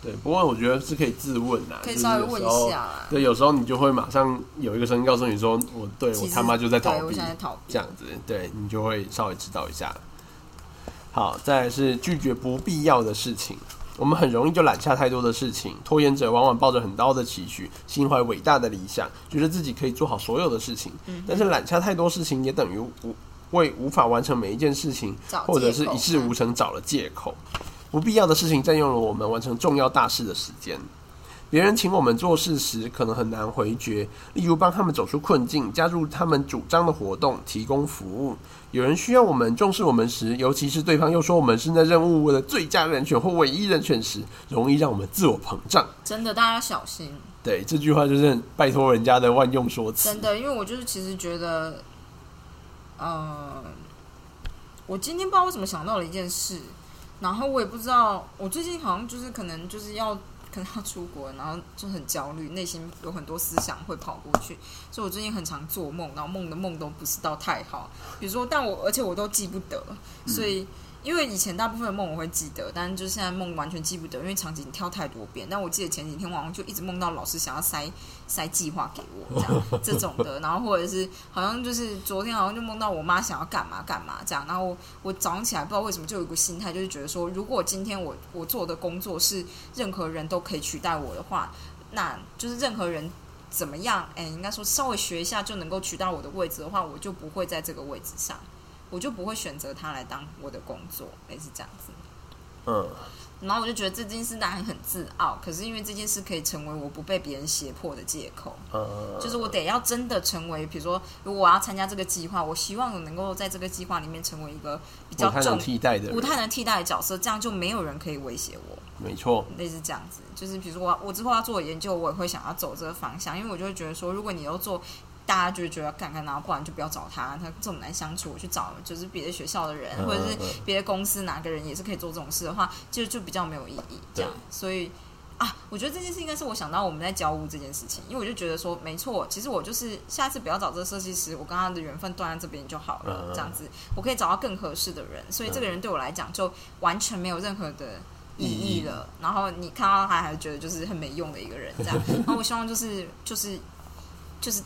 对。不过我觉得是可以自问啊，可以就是稍微有时问候一下。啦。对，有时候你就会马上有一个声音告诉你说：“我对其我实他妈就在逃对避。”我现在在逃避。这样子，对你就会稍微知道一下。好，再来是拒绝不必要的事情。我们很容易就揽下太多的事情，拖延者往往抱着很高的期许，心怀伟大的理想，觉得自己可以做好所有的事情。嗯哼但是揽下太多事情，也等于无为无法完成每一件事情找，或者借是口一事无成找了借口。不必要的事情占用了我们完成重要大事的时间。别人请我们做事时，可能很难回绝，例如帮他们走出困境，加入他们主张的活动，提供服务。有人需要我们重视我们时，尤其是对方又说我们是那任务的最佳人选或唯一人选时，容易让我们自我膨胀。真的，大家要小心。对，这句话就是很拜托人家的万用说辞真。的，因为我就是其实觉得，呃，我今天不知道为什么想到了一件事，然后我也不知道，我最近好像就是可能就是要可能要出国，然后就很焦虑，内心有很多思想会跑过去，所以我最近很常做梦，然后梦的梦都不是到太好，比如说，但我而且我都记不得，所以。因为以前大部分的梦我会记得，但就是现在梦完全记不得，因为场景跳太多遍。但我记得前几天晚上就一直梦到老师想要塞塞计划给我，这样这种的，然后或者是好像就是昨天好像就梦到我妈想要干嘛干嘛这样，然后我我早上起来不知道为什么就有一个心态，就是觉得说，如果今天我我做的工作是任何人都可以取代我的话，那就是任何人怎么样，哎，应该说稍微学一下就能够取代我的位置的话，我就不会在这个位置上，我就不会选择它来当我的工作，类似这样子。嗯，然后我就觉得这件事当然很自傲，可是因为这件事可以成为我不被别人胁迫的借口。呃，就是我得要真的成为，比如说，如果我要参加这个计划，我希望我能够在这个计划里面成为一个比不较太能重、替代的人不太能替代的角色，这样就没有人可以威胁我。没错，类似这样子，就是比如说我我之后要做研究，我也会想要走这个方向，因为我就会觉得说，如果你都做，大家就会觉得干干然后不然就不要找他，他这么难相处，我去找就是别的学校的人，嗯或者是嗯嗯别的公司哪个人也是可以做这种事的话，就就比较没有意义这样对。所以啊，我觉得这件事应该是我想到我们在交屋这件事情，因为我就觉得说，没错，其实我就是下次不要找这个设计师，我跟他的缘分断在这边就好了，嗯嗯嗯这样子我可以找到更合适的人，所以这个人对我来讲就完全没有任何的。意义了，然后你看到他还觉得就是很没用的一个人这样，然后我希望就是就是就是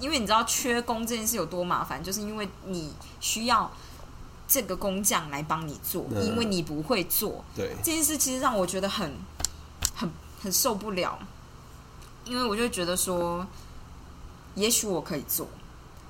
因为你知道缺工这件事有多麻烦，就是因为你需要这个工匠来帮你做，嗯因为你不会做对，这件事，其实让我觉得很很很受不了，因为我就会觉得说，也许我可以做。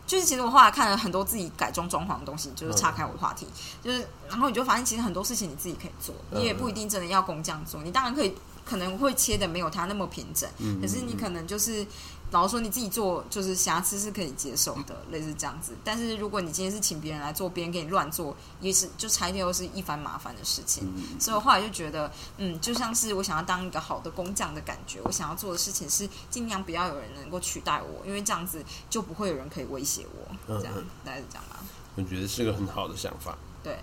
就是其实我后来看了很多自己改装装潢的东西，嗯就是岔开我的话题，就是然后你就发现其实很多事情你自己可以做，嗯你也不一定真的要工匠做，你当然可以可能会切的没有它那么平整，嗯可是你可能就是，老实说你自己做就是瑕疵是可以接受的，类似这样子。但是如果你今天是请别人来做，别人给你乱做，也是就拆掉又是一番麻烦的事情。嗯所以我后来就觉得，嗯，就像是我想要当一个好的工匠的感觉，我想要做的事情是尽量不要有人能够取代我，因为这样子就不会有人可以威胁我。嗯这样嗯，大概是这样吧。我觉得是个很好的想法。对，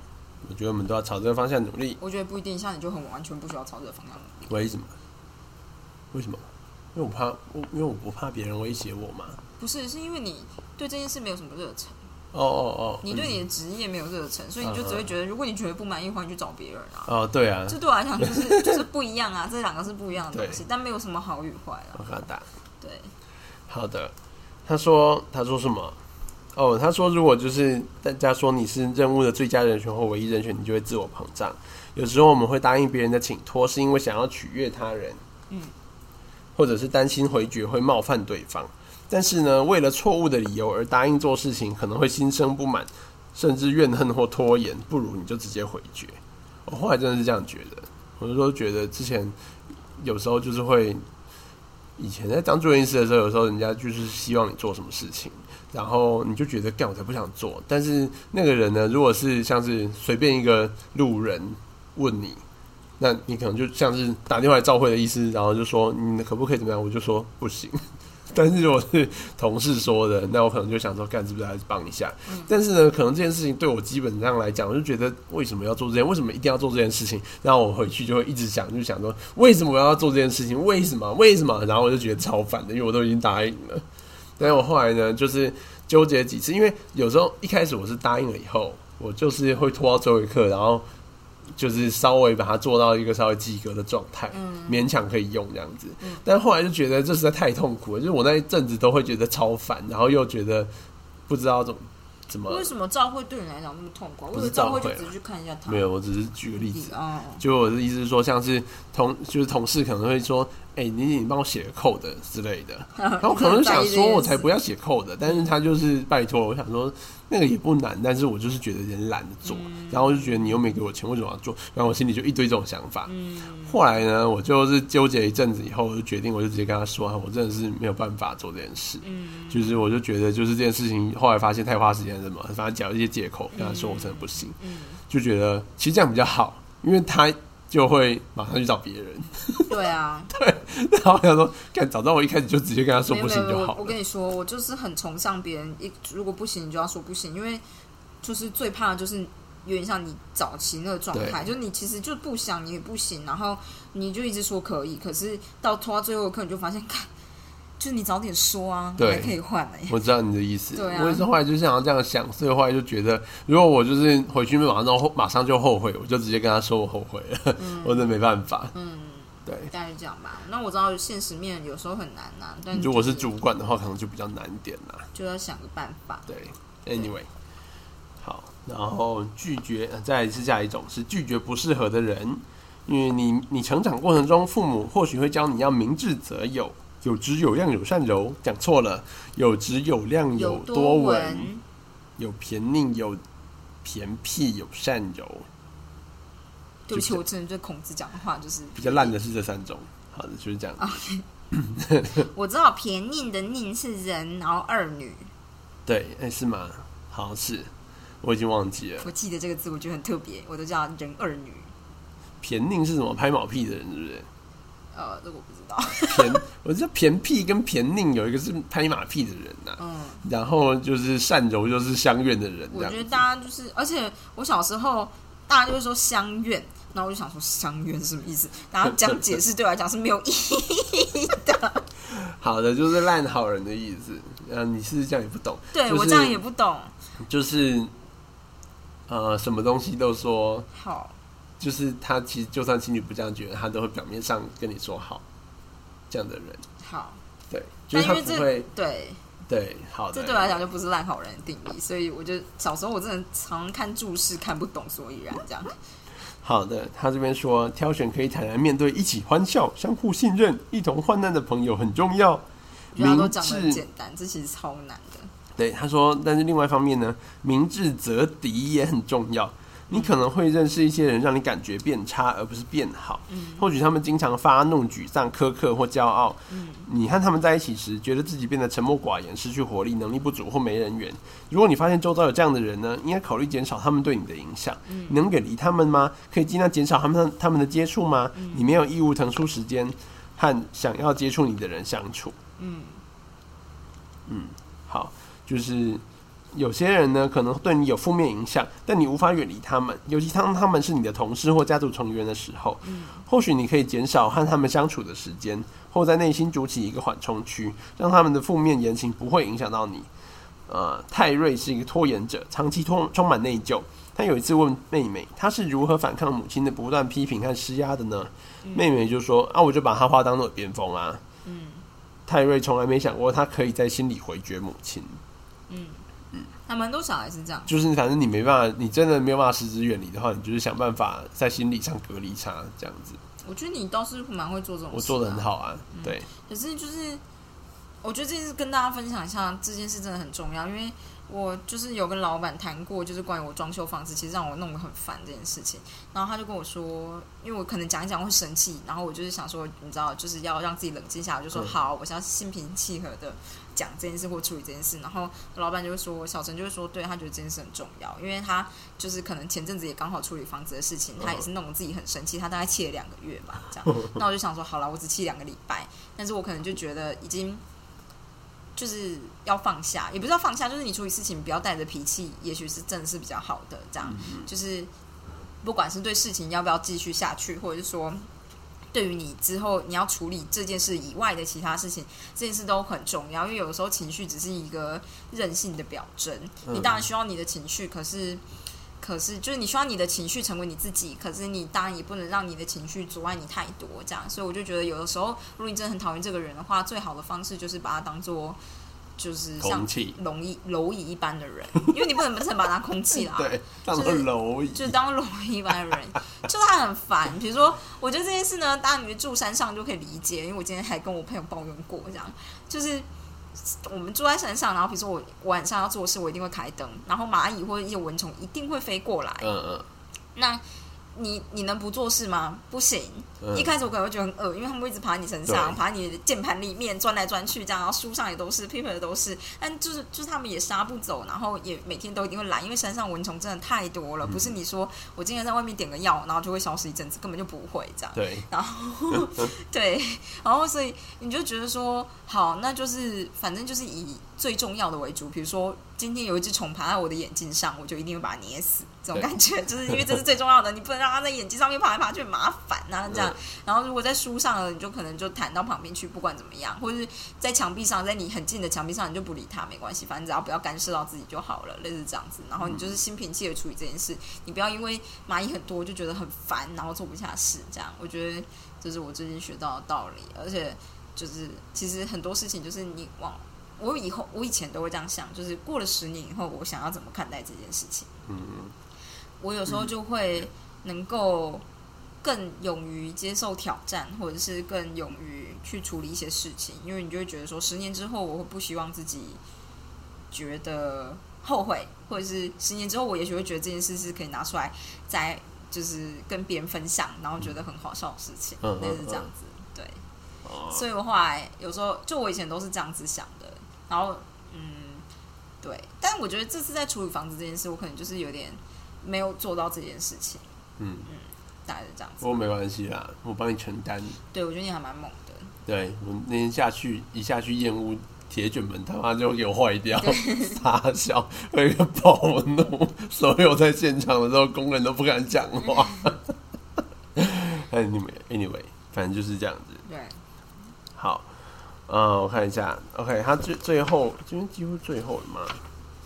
我觉得我们都要朝这个方向努力。我觉得不一定，像你就很完全不需要朝这个方向努力。为什么？为什么？因为我怕，我因为我不怕别人威胁我嘛。不是，是因为你对这件事没有什么热忱。哦哦哦，你对嗯你的职业没有热忱，所以你就嗯只会嗯觉得，如果你觉得不满意的话，你就找别人啊。哦对啊，这对我来讲就是就是不一样啊，这两个是不一样的东西，但没有什么好与坏我啊。跟他打。对，好的，他说他说什么？哦，他说如果就是大家说你是任务的最佳人选或唯一人选，你就会自我膨胀。有时候我们会答应别人的请托，是因为想要取悦他人，嗯，或者是担心回绝会冒犯对方。但是呢，为了错误的理由而答应做事情，可能会心生不满，甚至怨恨或拖延。不如你就直接回绝。我后来真的是这样觉得，我就说觉得之前有时候就是会以前在当住院医师的时候，有时候人家就是希望你做什么事情，然后你就觉得干我才不想做。但是那个人呢，如果是像是随便一个路人问你，那你可能就像是打电话来召会的意思，然后就说你可不可以怎么样？我就说不行。 但是如果是同事说的，那我可能就想说，干是不是还是帮一下？但是呢，可能这件事情对我基本上来讲，我就觉得为什么要做这件，为什么一定要做这件事情？然后我回去就会一直想，就想说为什么我要做这件事情？为什么？为什么？然后我就觉得超烦的，因为我都已经答应了。但是我后来呢，呃就是纠结几次，因为有时候一开始我是答应了以后，我就是会拖到最后一刻，然后就是稍微把它做到一个稍微及格的状态，勉强可以用这样子。但后来就觉得这实在太痛苦了，就是我那一阵子都会觉得超烦，然后又觉得不知道怎么怎么为什么照会对你来讲那么痛苦啊？我不以是为照会就照会啊只是去看一下他。没有，我只是举个例子。啊哦，就我的意思是说，像是同就是同事可能会说，哎、你你帮我写个 code 之类的，然后我可能就想说，我才不要写 code，但是他就是拜托，我想说那个也不难，但是我就是觉得有点懒得做，然后我就觉得你又没给我钱，为什么要做？然后我心里就一堆这种想法。后来呢，我就是纠结一阵子以后，我就决定，我就直接跟他说，啊我真的是没有办法做这件事。嗯就是我就觉得，就是这件事情，后来发现太花时间了嘛，反正找一些借口跟他说我真的不行，嗯，就觉得其实这样比较好，因为他就会马上去找别人。 对啊，然后他说：“看，早知道我一开始就直接跟他说没有不没行有，就我好我了。跟你说，我就是很崇尚别人一如果不行，你就要说不行，因为就是最怕的就是有点像你早期那个状态，就是你其实就不想，你也不行，然后你就一直说可以，可是到拖到最后一刻，你就发现，看，就是你早点说啊，对还可以换哎、”我知道你的意思，对啊我也是后来就想要这样想，所以后来就觉得，如果我就是回去马上后马上就后悔，我就直接跟他说我后悔了， 我真的没办法。嗯，对，大概是这样吧。那我知道现实面有时候很难呐、但就如果是主管的话，可能就比较难一点啦。就要想个办法。对，anyway，好，然后拒绝，呃再来是下一种是拒绝不适合的人，因为你你成长过程中，父母或许会教你要明智择友，有直有量有善柔，讲错了，有直有量有多多闻，有偏佞有偏僻有善柔，对不起，就这我真的对孔子讲的话就是比较烂的是这三种。好的，就是这样。我知道便佞的佞是人，然后二女，对，哎、是吗？好像是，我已经忘记了。我记得这个字，我觉得很特别，我都叫人二女。偏佞是什么？拍马屁的人，是不是？呃，这个我不知 道。偏，我知道偏僻跟偏佞有一个是拍马屁的人呐、嗯，然后就是善柔就是相怨的人这我样觉子。得大家就是，而且我小时候大家就会说相怨，然后我就想说相冤是什么意思？然后讲解释对我来讲是没有意义的。好的就是烂好人的意思。啊，你是这样也不懂，对、就是我这样也不懂。就是呃，什么东西都说，好，就是他其实就算心里不这样觉得，他都会表面上跟你说好，这样的人，好，对，就但因是他为不这会对对好的这对我来讲就不是烂好人的定义，所以我就小时候我真的常看注释看不懂所以然这样。好的，他这边说，挑选可以坦然面对、一起欢笑、相互信任、一同患难的朋友很重要。我觉得他都明讲的很智简单，这其实超难的。对他说，但是另外一方面呢，明智则敌也很重要。你可能会认识一些人，让你感觉变差，而不是变好。或许他们经常发怒、沮丧、苛刻或骄傲。你和他们在一起时，觉得自己变得沉默寡言、失去活力、能力不足或没人缘。如果你发现周遭有这样的人呢，应该考虑减少他们对你的影响。你能远离他们吗？可以尽量减少他们他们的接触吗？你没有义务腾出时间和想要接触你的人相处。嗯嗯好，就是有些人呢，可能对你有负面影响，但你无法远离他们，尤其当他们是你的同事或家族成员的时候，或许你可以减少和他们相处的时间，或在内心筑起一个缓冲区，让他们的负面言行不会影响到你。呃，泰瑞是一个拖延者，长期充充满内疚。他有一次问妹妹，她是如何反抗母亲的不断批评和施压的呢？妹妹就说：“啊，我就把她话当耳边风啊。”嗯泰瑞从来没想过他可以在心里回绝母亲，嗯那蛮多小孩是这样。就是反正你没办法，你真的没有办法实质远离的话，你就是想办法在心理上隔离他这样子。我觉得你倒是蛮会做这种事、我做的很。好啊，对，可是就是，我觉得这件事跟大家分享一下，这件事真的很重要，因为我就是有跟老板谈过，就是关于我装修房子，其实让我弄得很烦这件事情。然后他就跟我说，因为我可能讲一讲会生气，然后我就是想说，你知道，就是要让自己冷静下来，我就说、嗯好，我是要心平气和的讲这件事或处理这件事。然后老板就会说，小陈就会说，对他觉得这件事很重要，因为他就是可能前阵子也刚好处理房子的事情，他也是弄得自己很生气，他大概气了两个月吧，这样。那我就想说，好了，我只气两个礼拜，但是我可能就觉得已经就是要放下，也不是要放下，就是你处理事情不要带着脾气，也许是真的是比较好的，这样就是不管是对事情要不要继续下去，或者是说。对于你之后你要处理这件事以外的其他事情，这件事都很重要，因为有的时候情绪只是一个任性的表征。嗯你当然需要你的情绪，可是，可是就是你需要你的情绪成为你自己，可是你当然也不能让你的情绪阻碍你太多，这样。所以我就觉得，有的时候，如果你真的很讨厌这个人的话，最好的方式就是把他当做就是像空气，蝼蚁蝼蚁一般的人，因为你不能真的把他当空气啦。 对，当做蝼蚁，就是当蝼蚁一般的人， 就他很烦。比如说，我觉得这件事呢，当然你住山上就可以理解，因为我今天还跟我朋友抱怨过，这样就是我们住在山上，然后比如说我晚上要做事，我一定会开灯，然后蚂蚁或者一些蚊虫一定会飞过来。嗯嗯那你你能不做事吗？不行。一嗯，开始我可能会觉得很恶，因为他们会一直爬你身上，对爬你的键盘里面钻来钻去，这样，然后书上也都是，paper 也都是，但就是就是他们也杀不走，然后也每天都一定会来，因为山上蚊虫真的太多嗯了，不是你说我今天在外面点个药，然后就会消失一阵子，根本就不会这样。对，然后对，然后所以你就觉得说，好，那就是反正就是以最重要的为主。比如说，今天有一只虫爬在我的眼睛上，我就一定会把它捏死。这种对感觉就是因为这是最重要的，你不能让它在眼睛上面爬来爬去，很麻烦啊这样嗯。然后如果在书上呢，你就可能就弹到旁边去，不管怎么样，或者是在墙壁上，在你很近的墙壁上，你就不理它，没关系，反正只要不要干涉到自己就好了，类似这样子。然后你就是心平气和处理这件事，你不要因为蚂蚁很多就觉得很烦，然后做不下事，这样我觉得这是我最近学到的道理。而且就是其实很多事情就是你往我以后我以前都会这样想，就是过了十年以后，我想要怎么看待这件事情。嗯我有时候就会能够更勇于接受挑战，或者是更勇于去处理一些事情，因为你就会觉得说，十年之后我会不希望自己觉得后悔，或者是十年之后我也许会觉得这件事是可以拿出来再就是跟别人分享，然后觉得很好笑的事情，嗯嗯类似嗯这样子，对。哦所以我后来有时候就我以前都是这样子想的，然后嗯，对，但我觉得这次在处理房子这件事，我可能就是有点没有做到这件事情，嗯，大概是这样不子。过没关系啦，我帮你承担。对，我觉得你还蛮猛的，对我那天下去一下去燕屋铁卷门，他妈就给我坏掉，傻笑，我一个 暴怒，所有在现场的时候工人都不敢讲话。哎 anyway，anyway，反正就是这样子。对，好，呃，我看一下，OK，它最最后，因为几乎最后了嘛，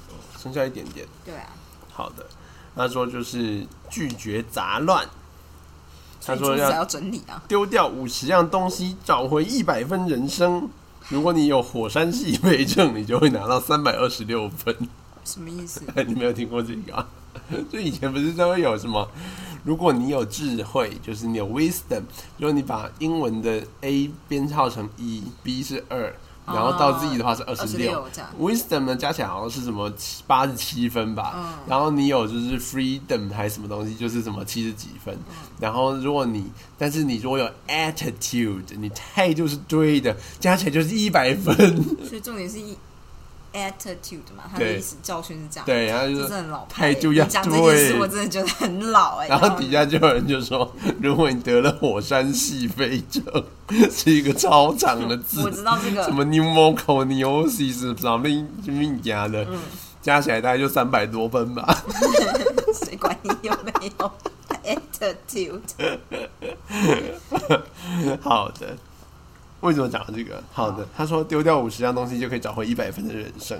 哦剩下一点点。对啊，好的，他说就是拒绝杂乱，他所说以桌子还要要整理啊，丢掉五十样东西，找回一百分人生。如果你有火山系 背证，你就会拿到三百二十六分。什么意 思？你没有听过这个、啊？ 就以前不是都会有什么？如果你有智慧，就是你有 wisdom，如果你把英文的 A 编号成一，B 是二，然后到自己的话哦是二十六26这样。 wisdom 呢加起来好像是什么八十七分吧，嗯然后你有就是 freedom 还是什么东西，就是什么七十几分。嗯然后如果你，但是你如果有 attitude，你态度是对的，加起来就是一百分。 所以重点是一 attitude 嘛，他对的意思教训是这样。对，然后就这是真的很老派态欸。度要你讲这件对事，我真的觉得很老哎、 然后底下就有人 就说：“如果你得了火山系非症，是一个超长的字，我知道这个什么 pneumoconiosis 什么命家的，嗯加起来大概就三百多分吧。谁管你有没有 attitude？好的，为什么讲到这个？好的，他说丢掉五十样东西就可以找回一百分的人生。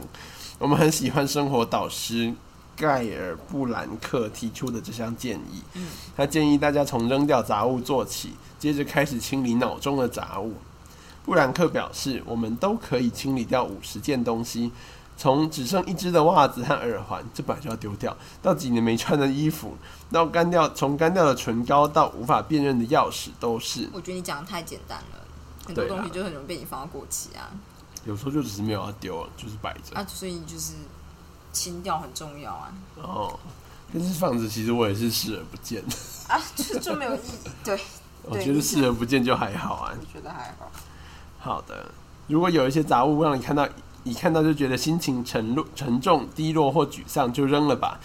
我们很喜欢生活导师盖尔布兰克提出的这项建议。他建议大家从扔掉杂物做起，接着开始清理脑中的杂物。布兰克表示，我们都可以清理掉五十件东西，从只剩一只的袜子和耳环，这本来就要丢掉，到几年没穿的衣服，到干掉从干掉的唇膏到无法辨认的钥匙，都是。我觉得你讲的太简单了，很多对啦东西就很容易被你放到过期啊有时候就只是没有要丢，就是摆着。啊，所以就是清掉很重要啊哦，但是放着其实我也是视而不见，啊，就就没有意义。对，我觉得视而不见就还好啊。我觉得还好。好的，如果有一些杂物让你看到，一看到就觉得心情沉落、沉重、低落或沮丧，就扔了吧。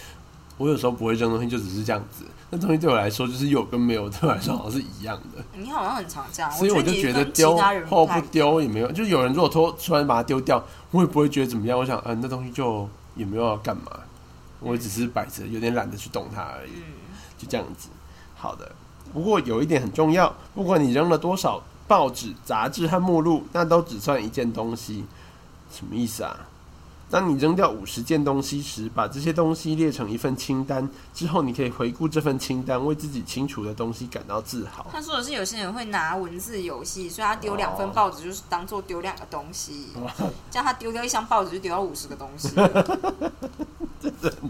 我有时候不会扔东西，就只是这样子。那东西对我来说，就是有跟没有，对我来说好像是一样的。你好像很常这样，所以我就你觉得跟其丢他人不或不太丢也没有，就有人如果偷突然把它丢掉，我也不会觉得怎么样。我想，嗯、那东西就也没有要干嘛，我只是摆着，有点懒得去动它而已，就嗯这样子。好的，不过有一点很重要，不管你扔了多少报纸、杂志和目录，那都只算一件东西。什么意思啊？当你扔掉五十件东西时，把这些东西列成一份清单，之后你可以回顾这份清单，为自己清除的东西感到自豪。他说的是有些人会拿文字游戏，所以他丢两哦份报纸就是当做丢两个东西，哇 这样他丢掉一箱报纸就丢掉五十个东 西，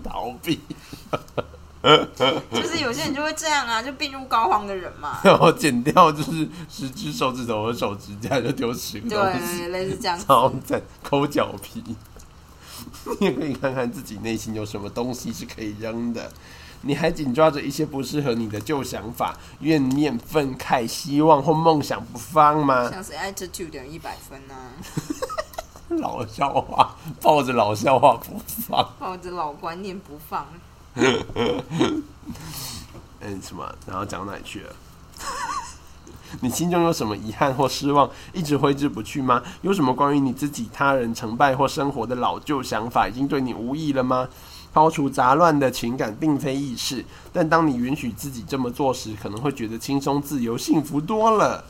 逃避，。就是有些人就会这样啊，就病入膏肓的人嘛 然后剪掉就是十只手指头和手指甲，就丢十个东西对，，类似这 样子。超赞，抠脚皮。你也可以看看自己内心有什么东西是可以扔的。你还紧抓着一些不适合你的旧想法、怨念、愤慨、希望或梦想不放吗？像是 attitude 有一百分啊，老笑话，抱着老笑话不放。抱着哦老观念不放，嗯，什么？然后讲到哪里去了？ 你心中有什么遗憾或失望，一直挥之不去吗？有什么关于你自己、他人、成败或生活的老旧想法，已经对你无益了吗？抛除杂乱的情感并非易事，但当你允许自己这么做时，可能会觉得轻松、自由、幸福多了。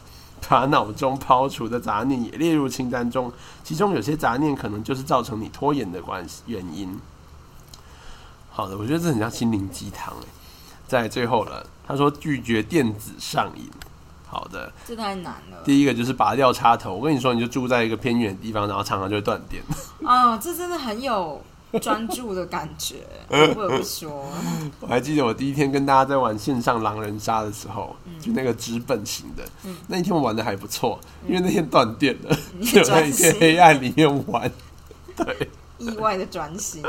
把脑中抛除的杂念也列入清单中，其中有些杂念可能就是造成你拖延的关系原因。好的，我觉得这很像心灵鸡汤欸诶。在最后了，他说拒绝电子上瘾。好的，这太难了。第一个就是拔掉插头。我跟你说，你就住在一个偏远的地方，然后常常就会断电。 哦，这真的很有专注的感觉， 不得不说。我还记得我第一天跟大家在玩线上狼人杀的时候，就那个直本型的，那一天我玩的还不错，因为那天断电了，你就很在专一片心，黑暗里面玩。对，意外的专心。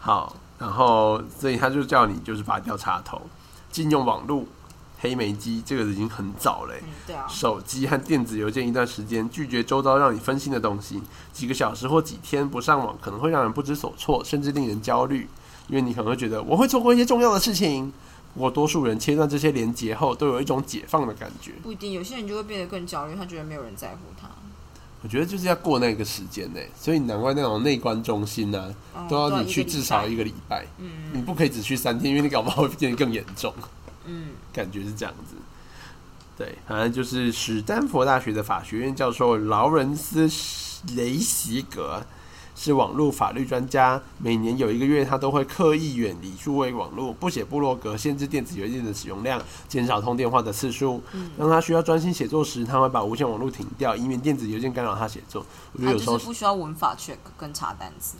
好，然后所以他就叫你就是拔掉插头，禁用网络、黑莓机，这个已经很早欸嘞、嗯，对啊，手机和电子邮件一段时间，拒绝周遭让你分心的东西。几个小时或几天不上网，可能会让人不知所措，甚至令人焦虑，因为你可能会觉得我会错过一些重要的事情。不过，多数人切断这些连接后，都有一种解放的感觉。不一定，有些人就会变得更焦虑，他觉得没有人在乎他。我觉得就是要过那个时间呢、所以难怪那种内观中心呢、哦都啊要你去对至少一个个礼拜，礼拜，嗯你不可以只去三天，因为你搞不好会变得更严重。嗯。感觉是这样子。对，反正就是史丹佛大学的法学院教授劳伦斯·雷席格是网络法律专家，每年有一个月他都会刻意远离数位网络，不写部落格，限制电子邮件的使用量，减少通电话的次数。当他需要专心写作时，他会把无线网络停掉，以免电子邮件干扰他写作。我觉他就得有时候是不需要文法 check 跟查单词，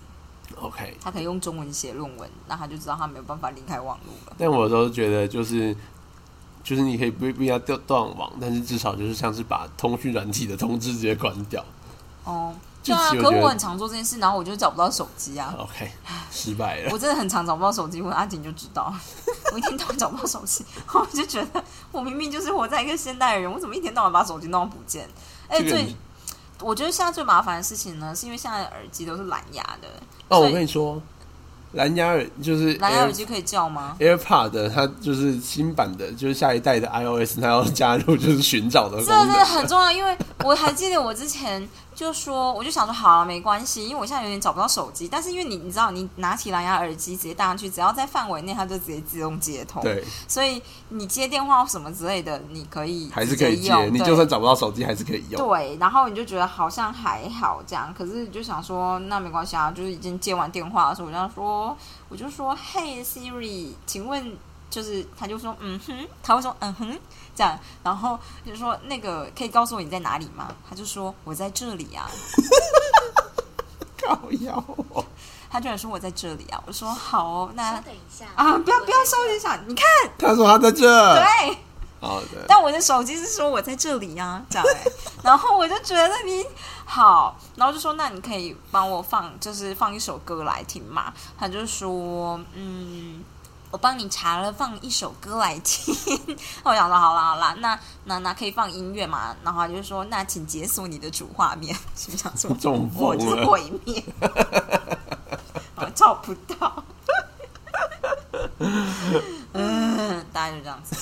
OK，他可以用中文写论文，那他就知道他没有办法离开网络了。但我有时候觉得就是。就是你可以不不要断断网，但是至少就是像是把通讯软体的通知直接关掉。哦，这对啊，期我可觉得我很常做这件事，然后我就找不到手机啊。 OK，失败了。我真的很常找不到手机，问阿锦就知道，我一天到晚找不到手机，然后我就觉得我明明就是活在一个现代的人，我怎么一天到晚把手机弄到不见？哎、这个哦最你我觉得现在最麻烦的事情呢，是因为现在耳机都是蓝牙的，哦，所以我跟你说，蓝牙耳就是蓝牙耳 Air 机可以叫吗？ AirPod，的它就是新版的，就是下一代的 iOS，它要加入就是寻找的功这真的能。很重要，因为我还记得我之前就说，我就想说好、啊、没关系，因为我现在有点找不到手机，但是因为你你知道，你拿起蓝牙耳机直接戴上去，只要在范围内，它就直接自动接通。，对，所以你接电话什么之类的，你可以还是可以直接接，用你对就算找不到手机还是可以用。对，然后你就觉得好像还好这样，可是就想说那没关系啊，就是已经接完电话的时候，我就要说，我就说嘿 Siri，请问就是他就说嗯哼，他会说嗯哼这样，然后就说那个可以告诉我你在哪里吗？他就说我在这里啊，靠腰哦，他居然说我在这里啊，我说好哦，稍那等一下啊不要不要我在稍等一下，你看哎他说他在这。哦对。好的，但我的手机是说我在这里呀、这 样、欸，然后我就觉得你好，然后就说那你可以帮我放，就是放一首歌来听嘛。他就说，嗯，我帮你查了，放一首歌来听。 我想说，好啦好啦，那那那可以放音乐嘛？然后他就说，那请解锁你的主画面。心想 说，中风了我就是毁灭， 我找不到。 嗯，大概就这样子。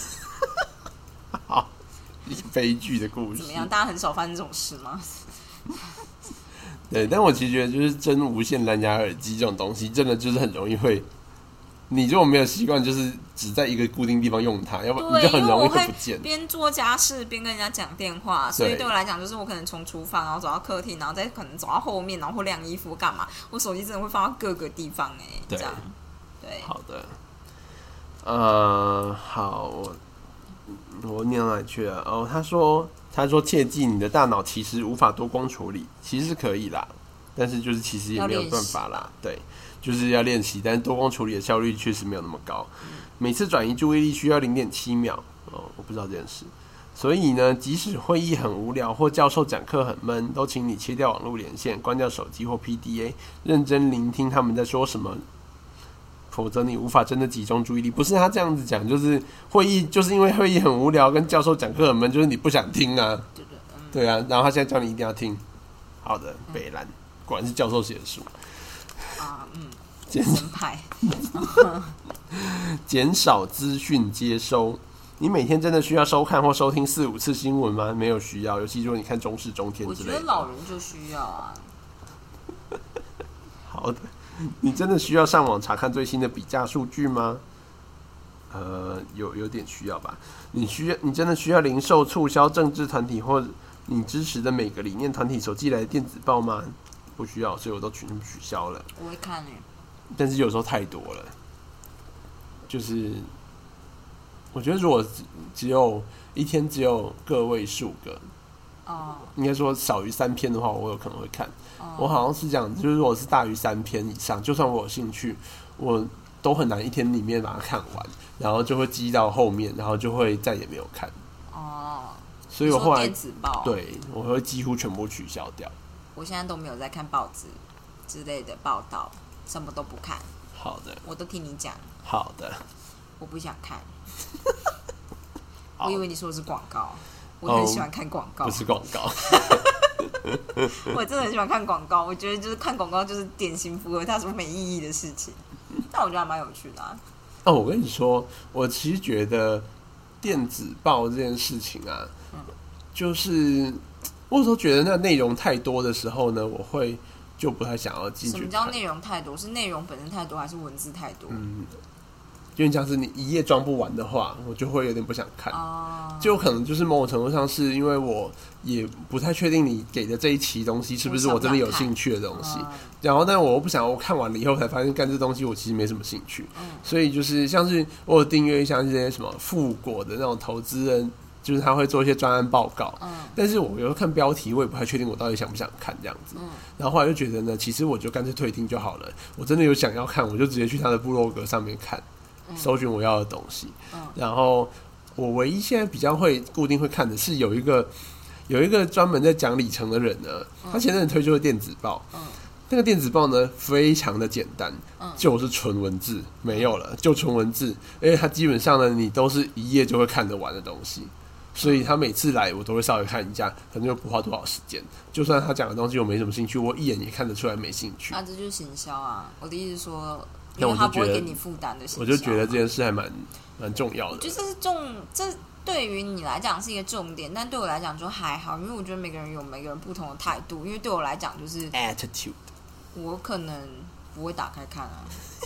一个悲剧的故事怎么。样？大家很少发生这种事吗？对，但我其实觉得就是真无线蓝牙耳机这种东西，真的就是很容易会。你如果没有习惯，就是只在一个固定地方用它，要不你对，就很因为容易我会会不见。边做家事边跟人家讲电话，所以对对我来讲，就是我可能从厨房，然后走到客厅，然后再可能走到后面，然后或晾衣服干嘛，我手机真的会放到各个地方哎、对这样。对，好的，呃，好，我我念到哪里去了？哦，他说，他说切记，你的大脑其实无法多光处理，其实是可以啦，但是就是其实也没有办法啦，对，就是要练习，但是多光处理的效率确实没有那么高，每次转移注意力需要零点七秒，哦，我不知道这件事。所以呢，即使会议很无聊或教授讲课很闷，都请你切掉网络连线，关掉手机或 PDA，认真聆听他们在说什么，否则你无法真的集中注意力。不是他这样子讲，就是会议，就是因为会议很无聊，跟教授讲课很闷，就是你不想听啊。对对，嗯，对啊，然后他现在叫你一定要听。好的，北兰果然是教授写的书，啊，嗯，减 真派。减少资讯接收。你每天真的需要收看或收听四五次新闻吗？没有需要，尤其如果你看中视、中天我之觉类得的。老人就需要啊，好的，你真的需要上网查看最新的比价数据吗？呃，有有点需要吧。你需要，你真的需要零售促销政治团体或你支持的每个理念团体所寄来的电子报吗？不需要，所以我都全部取消了。我会看哎、但是有时候太多了，就是我觉得如果只只有一天只有个位数个，哦应该说少于三篇的话，我有可能会看。哦，我好像是这样，就是如果是大于三篇以上，就算我有兴趣，我都很难一天里面把它看完，然后就会积到后面，然后就会再也没有看。哦，所以我你后说来电子报，，对我会几乎全部取消掉。我现在都没有在看报纸之类的报道，什么都不看，好的，我都听你讲，好的，我不想看。 好我以为你说的是广告，哦我很喜欢看广告，不是广告。我真的很喜欢看广告。我觉得就是看广告就是典型符合它什么没意义的事 情，但我觉得还蛮有趣的、啊。哦，我跟你说，我其实觉得电子报这件事情啊，就是我有时候觉得那内容太多的时候呢，我会就不太想要进什去么叫看。内容太多？是内容本身太多，还是文字太多？嗯，因为像是你一夜装不完的话，我就会有点不想看。啊，就可能就是某种程度上是因为我也不太确定你给的这一期东西是不是我真的有兴趣的东西，嗯然后但我又不想我看完了以后才发现干这东西我其实没什么兴趣，所以就是像是我有订阅像这些什么富果的那种投资人，就是他会做一些专案报告，嗯但是我又看标题，我也不太确定我到底想不想看这样子，然后后来就觉得呢，其实我就干脆退订就好了，我真的有想要看，我就直接去他的部落格上面看，搜寻我要的东西，然后。我唯一现在比较会固定会看的是有一个有一个专门在讲里程的人呢，他前阵子推出了电子报，那个电子报呢非常的简单，就是纯文字，没有了，就纯文字，而且它基本上呢你都是一页就会看得完的东西。所以他每次来，我都会稍微看一下，反正又不花多少时间。就算他讲的东西我没什么兴趣，我一眼也看得出来没兴趣。那这就是行销啊。我的意思是说，因那我为就他不觉会得给你负担的行销，啊我就觉得这件事还蛮蛮重要的就。这是重，这对于你来讲是一个重点，但对我来讲就还好，因为我觉得每个人有每个人不同的态度。因为对我来讲，就是 attitude，我可能不会打开看啊，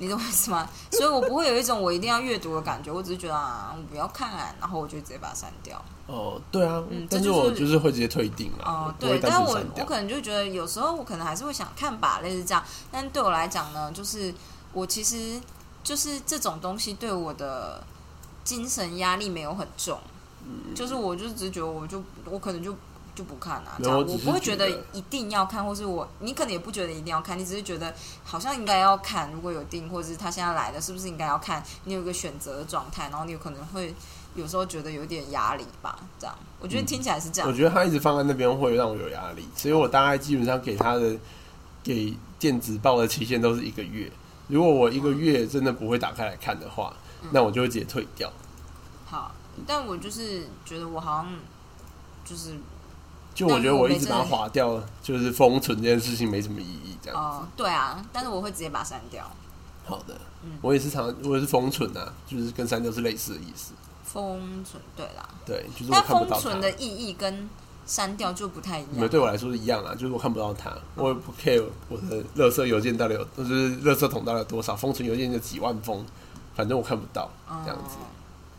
你懂我意思吗？所以我不会有一种我一定要阅读的感觉，我只是觉得啊，我不要看，然后我就直接把它删掉。哦，对啊，嗯但这是就是我就是会直接退订啊，哦，我不对，会单但纯我删我掉。可能就觉得有时候我可能还是会想看吧，类似这样。但对我来讲呢，就是我其实就是这种东西对我的精神压力没有很重，嗯就是我就只觉得我就我可能就。就不看啊，没这有样我我只是不会觉得觉得一定要看，或是我你可能也不觉得一定要看，你只是觉得好像应该要看。如果有订，或者是他现在来了，是不是应该要看？你有一个选择的状态，然后你有可能会有时候觉得有点压力吧，这样我觉得听起来是这样嗯我。觉得他一直放在那边会让我有压力，所以我大概基本上给他的给电子报的期限都是一个月。如果我一个月真的不会打开来看的话，嗯那我就会直接退掉。好，但我就是觉得我好像就是就我觉得我一直但把我它没划掉，就是封存这件事情没什么意义。这样哦、对啊，但是我会直接把它删掉。好的嗯，我也是常我也是封存啊，就是跟删掉是类似的意思。封存，对啦，对，就是我但看不封到它存。的意义跟删掉就不太一你们样。对我来说是一样啊，就是我看不到它，我也不 care 我的垃圾邮件到底有，就是垃圾桶到底有多少，封存邮件就几万封，反正我看不到嗯这样子。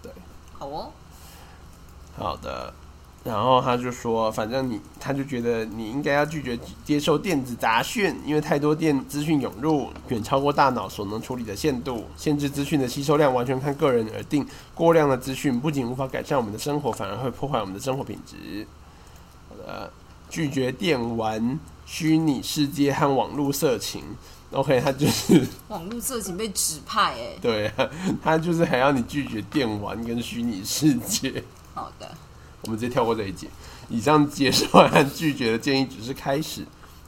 对，好哦，好的，然后他就说，反正你，他就觉得你应该要拒绝接受电子杂讯，因为太多电资讯涌入，远超过大脑所能处理的限度，限制资讯的吸收量完全看个人而定。过量的资讯不仅无法改善我们的生活，反而会破坏我们的生活品质。好的，拒绝电玩、虚拟世界和网络色情。OK，他就是网络色情被指派哎、对、啊，他就是还要你拒绝电玩跟虚拟世界。好的，我们直接跳过这一节。以上接受和拒绝的建议只是开始。啊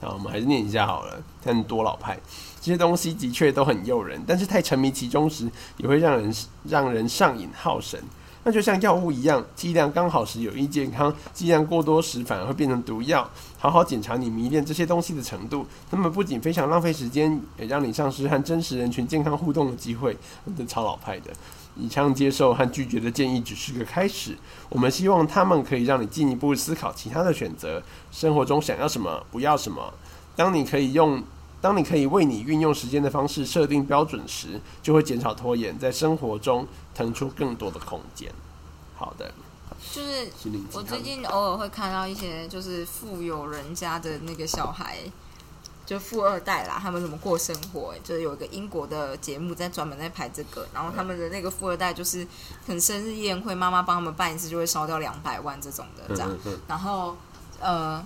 好，我们还是念一下好了，看多老派。这些东西的确都很诱人，但是太沉迷其中时，也会让人让人上瘾耗神。那就像药物一样，剂量刚好时有益健康，剂量过多时反而会变成毒药。好好检查你迷恋这些东西的程度，那么不仅非常浪费时间，也让你丧失和真实人群健康互动的机会。这超老派的。以上接受和拒绝的建议只是个开始，我们希望他们可以让你进一步思考其他的选择，生活中想要什么，不要什么。当你可以用，当你可以为你运用时间的方式设定标准时，就会减少拖延，在生活中腾出更多的空间。好的，就是心灵鸡我汤最近偶尔会看到一些就是富有人家的那个小孩，就富二代啦，他们怎么过生活？就是有一个英国的节目在专门在拍这个，然后他们的那个富二代就是可能生日宴会，妈妈帮他们办一次就会烧掉两百万这种的，这样。嗯嗯然后呃，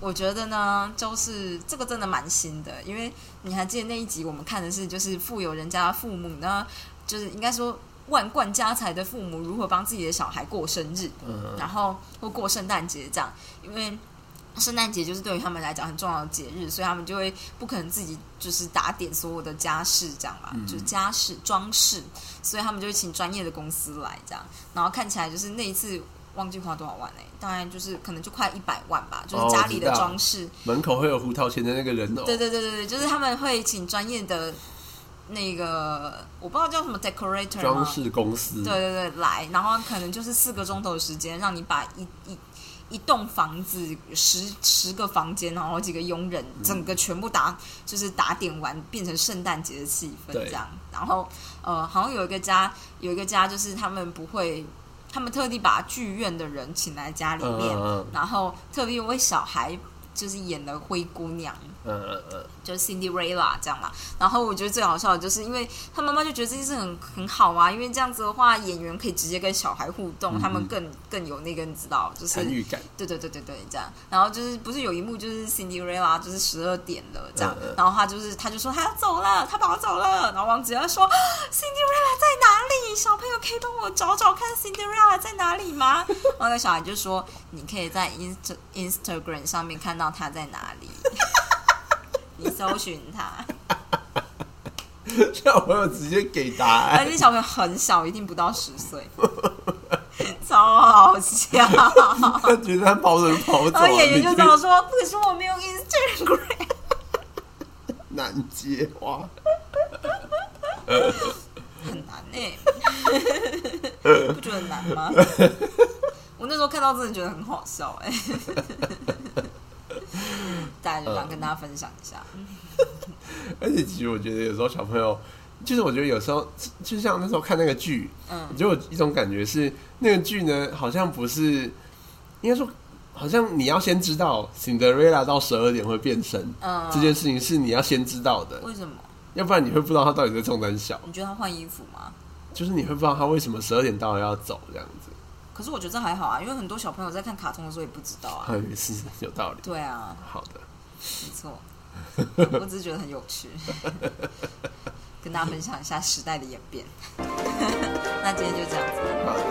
我觉得呢，就是这个真的蛮新的，因为你还记得那一集我们看的是就是富有人家的父母呢，就是应该说万贯家财的父母如何帮自己的小孩过生日，嗯然后或过圣诞节这样，因为。圣诞节就是对于他们来讲很重要的节日，所以他们就会不可能自己就是打点所有的家饰这样吧，嗯就是家饰装饰，所以他们就会请专业的公司来这样，然后看起来就是那一次忘记花多少万哎、大概就是可能就快一百万吧，哦就是家里的装饰，门口会有胡桃钳的那个人偶，对对对对对，就是他们会请专业的那个我不知道叫什么 decorator 吗装饰公司，对对对，来，然后可能就是四个钟头的时间，让你把一一一栋房子十十个房间，然后好几个佣人，整嗯个全部打就是打点完，变成圣诞节的气氛对这样。然后呃，好像有一个家有一个家就是他们不会，他们特地把剧院的人请来家里嗯面，嗯然后特别为小孩就是演了灰姑娘。嗯嗯嗯就是 Cindy Ray 啦，这样嘛。然后我觉得最好笑的就是，因为他妈妈就觉得这件事很很好啊，因为这样子的话，演员可以直接跟小孩互动，嗯他们更更有那个你知道，就是参与感，对对对对对，这样。然后就是不是有一幕就是 Cinderella 就是十二点了这样，嗯嗯然后他就是他就说他要走了，他跑走了。然后王子要说 Cinderella 在哪里？小朋友可以帮我找找看 Cinderella 在哪里吗？ 然后那小孩就说你可以在 Inst Instagram 上面看到他在哪里， 你搜寻 他。小朋友直接给答而案，且小朋友很小，一定不到十岁， 超好 笑。他觉得他跑怎么跑走然后了，演员你就去跟我说：“可是我没有 Instagram。”难接话，很难哎、 不觉得很难吗？我那时候看到真的觉得很好笑 哎、大家就想跟大家分享一下，而且其实我觉得有时候小朋友，就是我觉得有时候就像那时候看那个剧，嗯我觉得有一种感觉是那个剧呢，好像不是应该说。好像你要先知道 Cinderella 到十二点会变身、嗯这件事情是你要先知道的，为什么？要不然你会不知道他到底在冲胆小，你觉得他换衣服吗？就是你会不知道他为什么十二点到了要走这样子。可是我觉得这还好啊，因为很多小朋友在看卡通的时候也不知道啊。啊，也是有道理。对啊，好的，没错，我只是觉得很有趣， 跟大家分享一下时代的演变。那今天就这样子。好的。